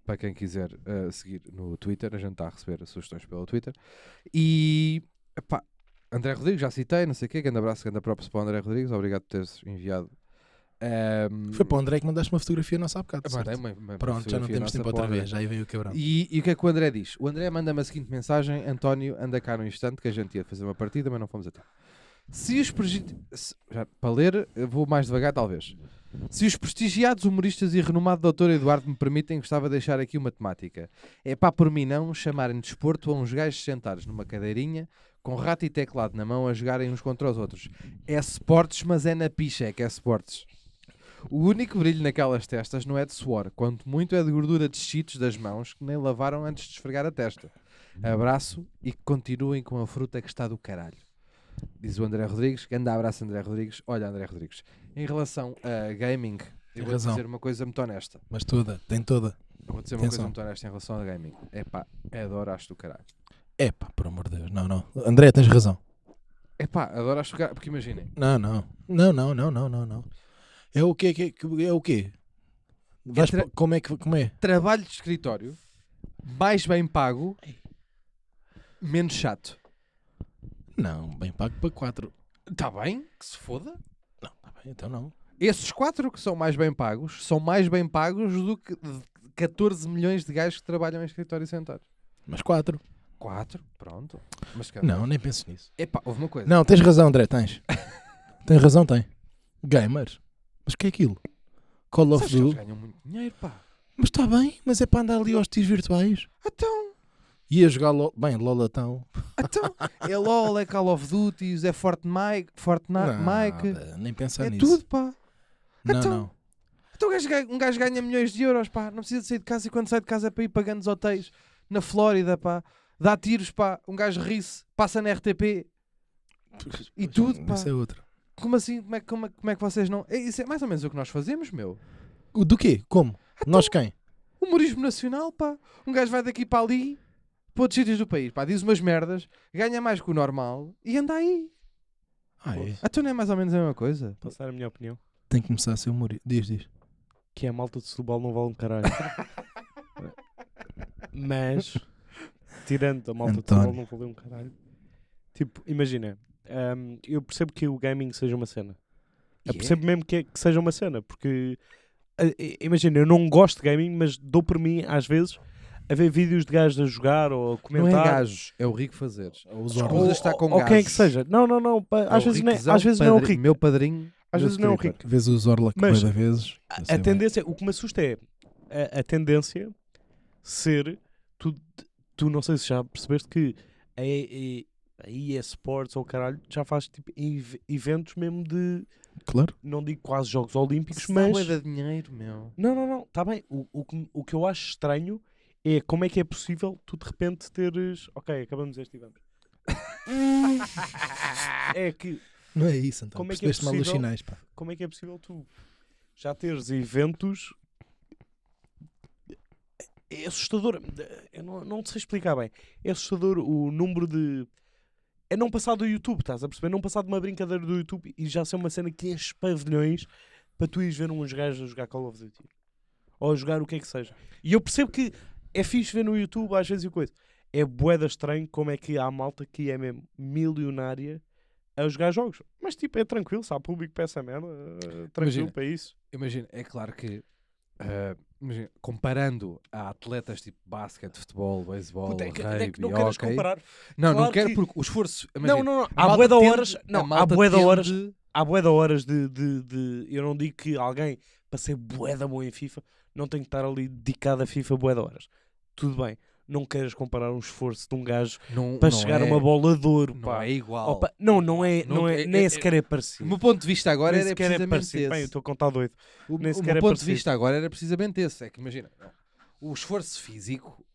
Speaker 3: para quem quiser eh, seguir no Twitter, a gente está a receber sugestões pelo Twitter. E epá, André Rodrigues, já citei, não sei o quê, grande abraço, grande props para o André Rodrigues, obrigado por teres enviado. Ehm,
Speaker 2: Foi para o André que mandaste uma fotografia nossa há bocado.
Speaker 3: mandei
Speaker 2: certo?
Speaker 3: uma- uma
Speaker 2: Pronto, já
Speaker 3: fotografia
Speaker 2: não temos
Speaker 3: nossa
Speaker 2: tempo
Speaker 3: para o
Speaker 2: outra
Speaker 3: André.
Speaker 2: vez. Já aí veio o quebrão.
Speaker 3: E, e o que é que o André diz? O André manda-me a seguinte mensagem: António, anda cá no instante que a gente ia fazer uma partida, mas não fomos até. Se os pregi- se- já, Para ler, eu vou mais devagar, talvez. Se os prestigiados humoristas e renomado doutor Eduardo me permitem, gostava de deixar aqui uma temática. É pá, por mim não, chamarem de desporto a uns gajos sentados numa cadeirinha, com rato e teclado na mão, a jogarem uns contra os outros. É esportes, mas é na picha, é que é esportes. O único brilho naquelas testas não é de suor, quanto muito é de gordura de cheetos das mãos que nem lavaram antes de esfregar a testa. Abraço e que continuem com a fruta que está do caralho. Diz o André Rodrigues. Grande abraço, André Rodrigues. Olha, André Rodrigues, em relação a gaming,
Speaker 2: Tem
Speaker 3: eu vou
Speaker 2: razão.
Speaker 3: dizer uma coisa muito honesta.
Speaker 2: Mas toda, tem toda.
Speaker 3: Eu vou dizer uma coisa
Speaker 2: Atenção.
Speaker 3: muito honesta em relação a gaming. Epá, adoraste do caralho.
Speaker 2: Epá, por amor de Deus. Não, não. André, tens razão.
Speaker 3: Epá, adoraste do caralho. Porque imaginem,
Speaker 2: Não, não. Não, não, não, não, não, não. É o quê? que- que- É o quê? Vais
Speaker 3: Entra-
Speaker 2: pa- Como é que como é?
Speaker 3: trabalho de escritório, mais bem pago, menos chato.
Speaker 2: Não, bem pago para quatro.
Speaker 3: Está Tá bem? Que se foda.
Speaker 2: Não, tá bem, então não.
Speaker 3: Esses quatro que são mais bem pagos são mais bem pagos do que 14 milhões de gajos que trabalham em escritório sentados.
Speaker 2: Mas quatro.
Speaker 3: Quatro? Pronto. Mas que-
Speaker 2: Não, nem penso nisso.
Speaker 3: Epá, houve uma coisa.
Speaker 2: Não, tens razão, André, tens. tens razão, tem. Gamers. Mas o que é aquilo? Call of
Speaker 3: Sabes que é um eles
Speaker 2: Duty.
Speaker 3: ganham muito dinheiro, pá.
Speaker 2: Mas está bem, mas é para andar ali aos tios virtuais.
Speaker 3: Então,
Speaker 2: E a jogar LOL. Bem, Lolatão.
Speaker 3: então. É LOL, é Call of Duty, é Fortnite, Fortnite Mike.
Speaker 2: Nada, nem pensar
Speaker 3: É
Speaker 2: nisso.
Speaker 3: tudo, pá.
Speaker 2: Não,
Speaker 3: Então-
Speaker 2: não.
Speaker 3: Então um gajo, ganha- um gajo ganha milhões de euros, pá. Não precisa de sair de casa e quando sai de casa é para ir pagando os hotéis na Flórida, pá. Dá tiros, pá. Um gajo ri-se, passa na RTP. E tudo, pá.
Speaker 2: Isso é outro.
Speaker 3: Como assim? Como é, que- como, é- como é que vocês não. É, Isso é mais ou menos o que nós fazemos, meu.
Speaker 2: O Do quê? Como?
Speaker 3: Então,
Speaker 2: Nós quem?
Speaker 3: Humorismo nacional, pá. Um gajo vai daqui para ali, para outros sítios do país, pá. Diz umas merdas, ganha mais que o normal e anda aí.
Speaker 2: Ah, é.
Speaker 3: A tu não é mais ou menos a mesma coisa?
Speaker 4: Passar a minha opinião.
Speaker 2: Tem que começar a ser humorista. Diz, diz.
Speaker 4: Que é a malta de Setúbal não vale um caralho. Mas, tirando a malta
Speaker 2: António.
Speaker 4: de Setúbal não valeu um caralho. Tipo, imagina, hum, eu percebo que o gaming seja uma cena. Eu
Speaker 3: E é.
Speaker 4: percebo mesmo que, é- que seja uma cena, porque... ah, i- Imagina, eu não gosto de gaming, mas dou por mim, às vezes, a ver vídeos de gajos a jogar ou a
Speaker 3: Não é
Speaker 4: comentar.
Speaker 3: gajos, é o rico fazeres.
Speaker 2: Ou os
Speaker 3: Desculpa.
Speaker 2: órgãos.
Speaker 3: Mas está com
Speaker 4: ou quem é que
Speaker 3: gajos.
Speaker 4: seja. Não, não, não. pá,
Speaker 3: É o
Speaker 4: às vezes, nem,
Speaker 3: riquezão,
Speaker 4: às vezes não é o
Speaker 3: padrinho-
Speaker 4: rico.
Speaker 3: Meu padrinho.
Speaker 4: Às
Speaker 3: do
Speaker 4: vezes não é o
Speaker 3: stripper.
Speaker 2: Vês os Orlac
Speaker 4: Mas-
Speaker 2: bué da vezes. assim, é? eu sei
Speaker 4: a
Speaker 2: bem.
Speaker 4: tendência, o que me assusta é a, a tendência ser tu, tu não sei se já percebeste que a, a, a EA Sports ou caralho já faz tipo ev- eventos mesmo de
Speaker 2: Claro.
Speaker 4: não digo quase jogos olímpicos,
Speaker 3: Isso dá
Speaker 4: mas
Speaker 3: bué de dinheiro, meu.
Speaker 4: não, não, não, está bem. O, o, que, o que eu acho estranho é como é que é possível tu de repente teres ok, acabamos este e vamos. é que
Speaker 2: Não é isso, então.
Speaker 4: Como é que é
Speaker 2: Percebeste mal os
Speaker 4: possível?
Speaker 2: sinais, pá.
Speaker 4: como é que é possível tu já teres eventos é assustador eu não, não sei explicar bem é assustador o número de é não passar do YouTube, estás a perceber? Não passar de uma brincadeira do YouTube e já ser uma cena que enche pavilhões para tu ires ver uns gajos a jogar Call of Duty ou a jogar o que é que seja. E eu percebo que é fixe ver no YouTube às vezes e coisa. É boeda estranho como é que há malta que é mesmo milionária a jogar jogos. Mas tipo, é tranquilo, se há público para essa merda, eh, tranquilo
Speaker 3: Imagina.
Speaker 4: para isso.
Speaker 3: Imagina, é claro que. ah, imagina, comparando a atletas tipo basquete, futebol, beisebol,
Speaker 4: Puta, é que- é que
Speaker 3: rugby,
Speaker 4: não queres
Speaker 3: hockey.
Speaker 4: comparar.
Speaker 3: Não, não
Speaker 4: Claro
Speaker 3: quero
Speaker 4: que-
Speaker 3: porque o esforço.
Speaker 4: Não,
Speaker 3: Imagina,
Speaker 4: não, não.
Speaker 3: a
Speaker 4: Há
Speaker 3: malta
Speaker 4: bué de
Speaker 3: tende-
Speaker 4: horas.
Speaker 3: a
Speaker 4: Não, há
Speaker 3: malta
Speaker 4: bué de
Speaker 3: tende-
Speaker 4: horas. há bué de horas de, de, de- Eu não digo que alguém para ser bué da bom em FIFA não tem que estar ali dedicado a FIFA bué de horas. Tudo bem. Não queiras comparar um esforço de um gajo
Speaker 3: não-
Speaker 4: para
Speaker 3: não
Speaker 4: chegar
Speaker 3: é,
Speaker 4: a uma bola de ouro,
Speaker 3: Não
Speaker 4: pá.
Speaker 3: é igual.
Speaker 4: Opa, não, não é, não,
Speaker 3: Não-
Speaker 4: é,
Speaker 3: é-
Speaker 4: nem
Speaker 3: é-
Speaker 4: sequer é
Speaker 3: O
Speaker 4: parecido.
Speaker 3: meu ponto de vista agora
Speaker 4: nem
Speaker 3: era
Speaker 4: sequer é
Speaker 3: precisamente
Speaker 4: parecido. Bem, eu
Speaker 3: esse.
Speaker 4: estou a contar doido.
Speaker 3: O,
Speaker 4: nem
Speaker 3: o
Speaker 4: sequer
Speaker 3: meu
Speaker 4: é
Speaker 3: ponto de
Speaker 4: parecido.
Speaker 3: vista agora era precisamente esse. É que imagina, o esforço físico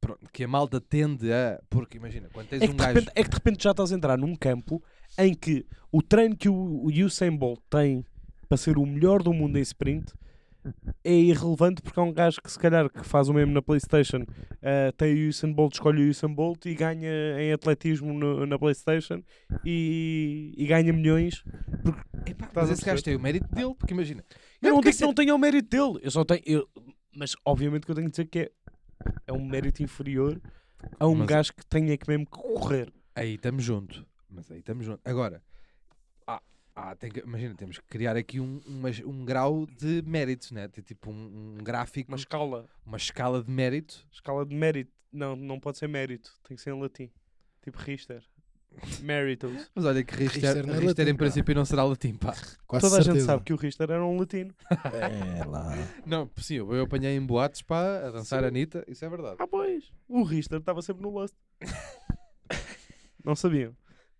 Speaker 3: pronto, que a malta tende a. Porque imagina, quando tens
Speaker 4: É que,
Speaker 3: um
Speaker 4: de
Speaker 3: gajo.
Speaker 4: repente, é que de repente já estás a entrar num campo em que o treino que o o Usain Bolt tem para ser o melhor do mundo em sprint é irrelevante porque é um gajo que se calhar que faz o mesmo na Playstation eh, tem o Usain Bolt, escolhe o Usain Bolt e ganha em atletismo no- na Playstation e, e ganha milhões porque, epá,
Speaker 3: Mas
Speaker 4: estás a
Speaker 3: esse gajo
Speaker 4: perceber?
Speaker 3: tem o mérito dele, porque imagina.
Speaker 4: eu não
Speaker 3: porque
Speaker 4: digo que não tenha o mérito dele eu só tenho, eu- mas obviamente que eu tenho que dizer que é, é um mérito inferior a um
Speaker 3: Mas-
Speaker 4: gajo que tenha que mesmo que correr
Speaker 3: Aí estamos junto. Mas aí estamos junto. Agora, há- há, tem que- imagina, temos que criar aqui um, umas- um grau de méritos, né? Ter tipo um, um gráfico,
Speaker 4: uma escala
Speaker 3: uma escala de mérito.
Speaker 4: Escala de mérito. Não, não pode ser mérito. Tem que ser em latim. Tipo Richter. Méritos.
Speaker 3: Mas olha que Richter,
Speaker 2: Richter
Speaker 3: Richter,
Speaker 2: não é latim,
Speaker 3: em
Speaker 2: pá.
Speaker 3: princípio não será latim, pá.
Speaker 2: Quase
Speaker 4: Toda a gente
Speaker 2: certeza.
Speaker 4: sabe que o Richter era um latino.
Speaker 2: É lá.
Speaker 3: Não, sim, eu eu apanhei em boates, pá, a dançar
Speaker 4: Sim.
Speaker 3: a Anitta, isso é verdade.
Speaker 4: Ah, pois. O Richter estava sempre no Lust. não sabiam.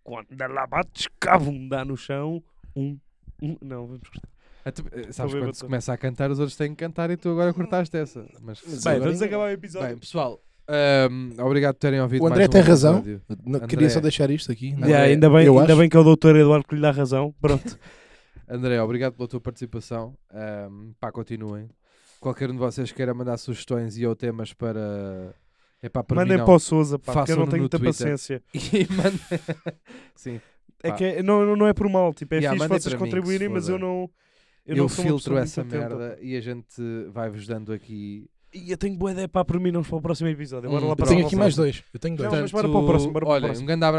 Speaker 4: Quando ela bate, cabunda no chão. Um. um. Não, vamos cortar.
Speaker 3: Ah, tu- eh,
Speaker 4: Estou
Speaker 3: sabes quando
Speaker 4: bem bacana.
Speaker 3: se começa a cantar, os outros têm que cantar e tu agora cortaste essa. Mas,
Speaker 2: Mas
Speaker 4: Bem,
Speaker 2: agora-
Speaker 4: vamos acabar o episódio.
Speaker 3: Bem, pessoal, ahm, obrigado por terem ouvido.
Speaker 2: O André
Speaker 3: mais um
Speaker 2: tem razão.
Speaker 3: episódio.
Speaker 2: Não,
Speaker 3: André.
Speaker 2: Queria só deixar isto aqui. não é?
Speaker 4: Yeah, ainda bem,
Speaker 2: Eu
Speaker 4: ainda
Speaker 2: acho.
Speaker 4: bem que é o doutor Eduardo que lhe dá razão. Pronto.
Speaker 3: André, obrigado pela tua participação. Ahm, pá, continuem. Qualquer um de vocês queira mandar sugestões e ou temas para. É pá, para
Speaker 4: Mandem
Speaker 3: mim, não.
Speaker 4: para o Souza, pá, porque eu
Speaker 3: Façam-no
Speaker 4: não tenho
Speaker 3: no
Speaker 4: muita
Speaker 3: Twitter.
Speaker 4: paciência.
Speaker 3: E manda. Sim,
Speaker 4: É
Speaker 3: Pá.
Speaker 4: que é- não, não- não é por mal. Tipo, é
Speaker 3: Yeah,
Speaker 4: fixe
Speaker 3: mandem
Speaker 4: vocês
Speaker 3: para mim, que se
Speaker 4: contribuírem, mas eu
Speaker 3: foda.
Speaker 4: não.
Speaker 3: eu,
Speaker 4: não sou uma
Speaker 3: filtro
Speaker 4: pessoa muito
Speaker 3: essa
Speaker 4: atenta.
Speaker 3: merda e a gente vai-vos dando aqui.
Speaker 4: E eu tenho boa ideia para mim, não para o próximo episódio. Bora
Speaker 3: Hum,
Speaker 4: lá
Speaker 3: eu
Speaker 4: para
Speaker 2: Eu
Speaker 4: o
Speaker 2: tenho
Speaker 3: Pronto,
Speaker 2: aqui
Speaker 4: próximo.
Speaker 2: mais dois. Eu tenho dois.
Speaker 4: Então, Não, mas bora para o próximo, bora para o
Speaker 3: olha,
Speaker 4: próximo.
Speaker 3: um grande abraço.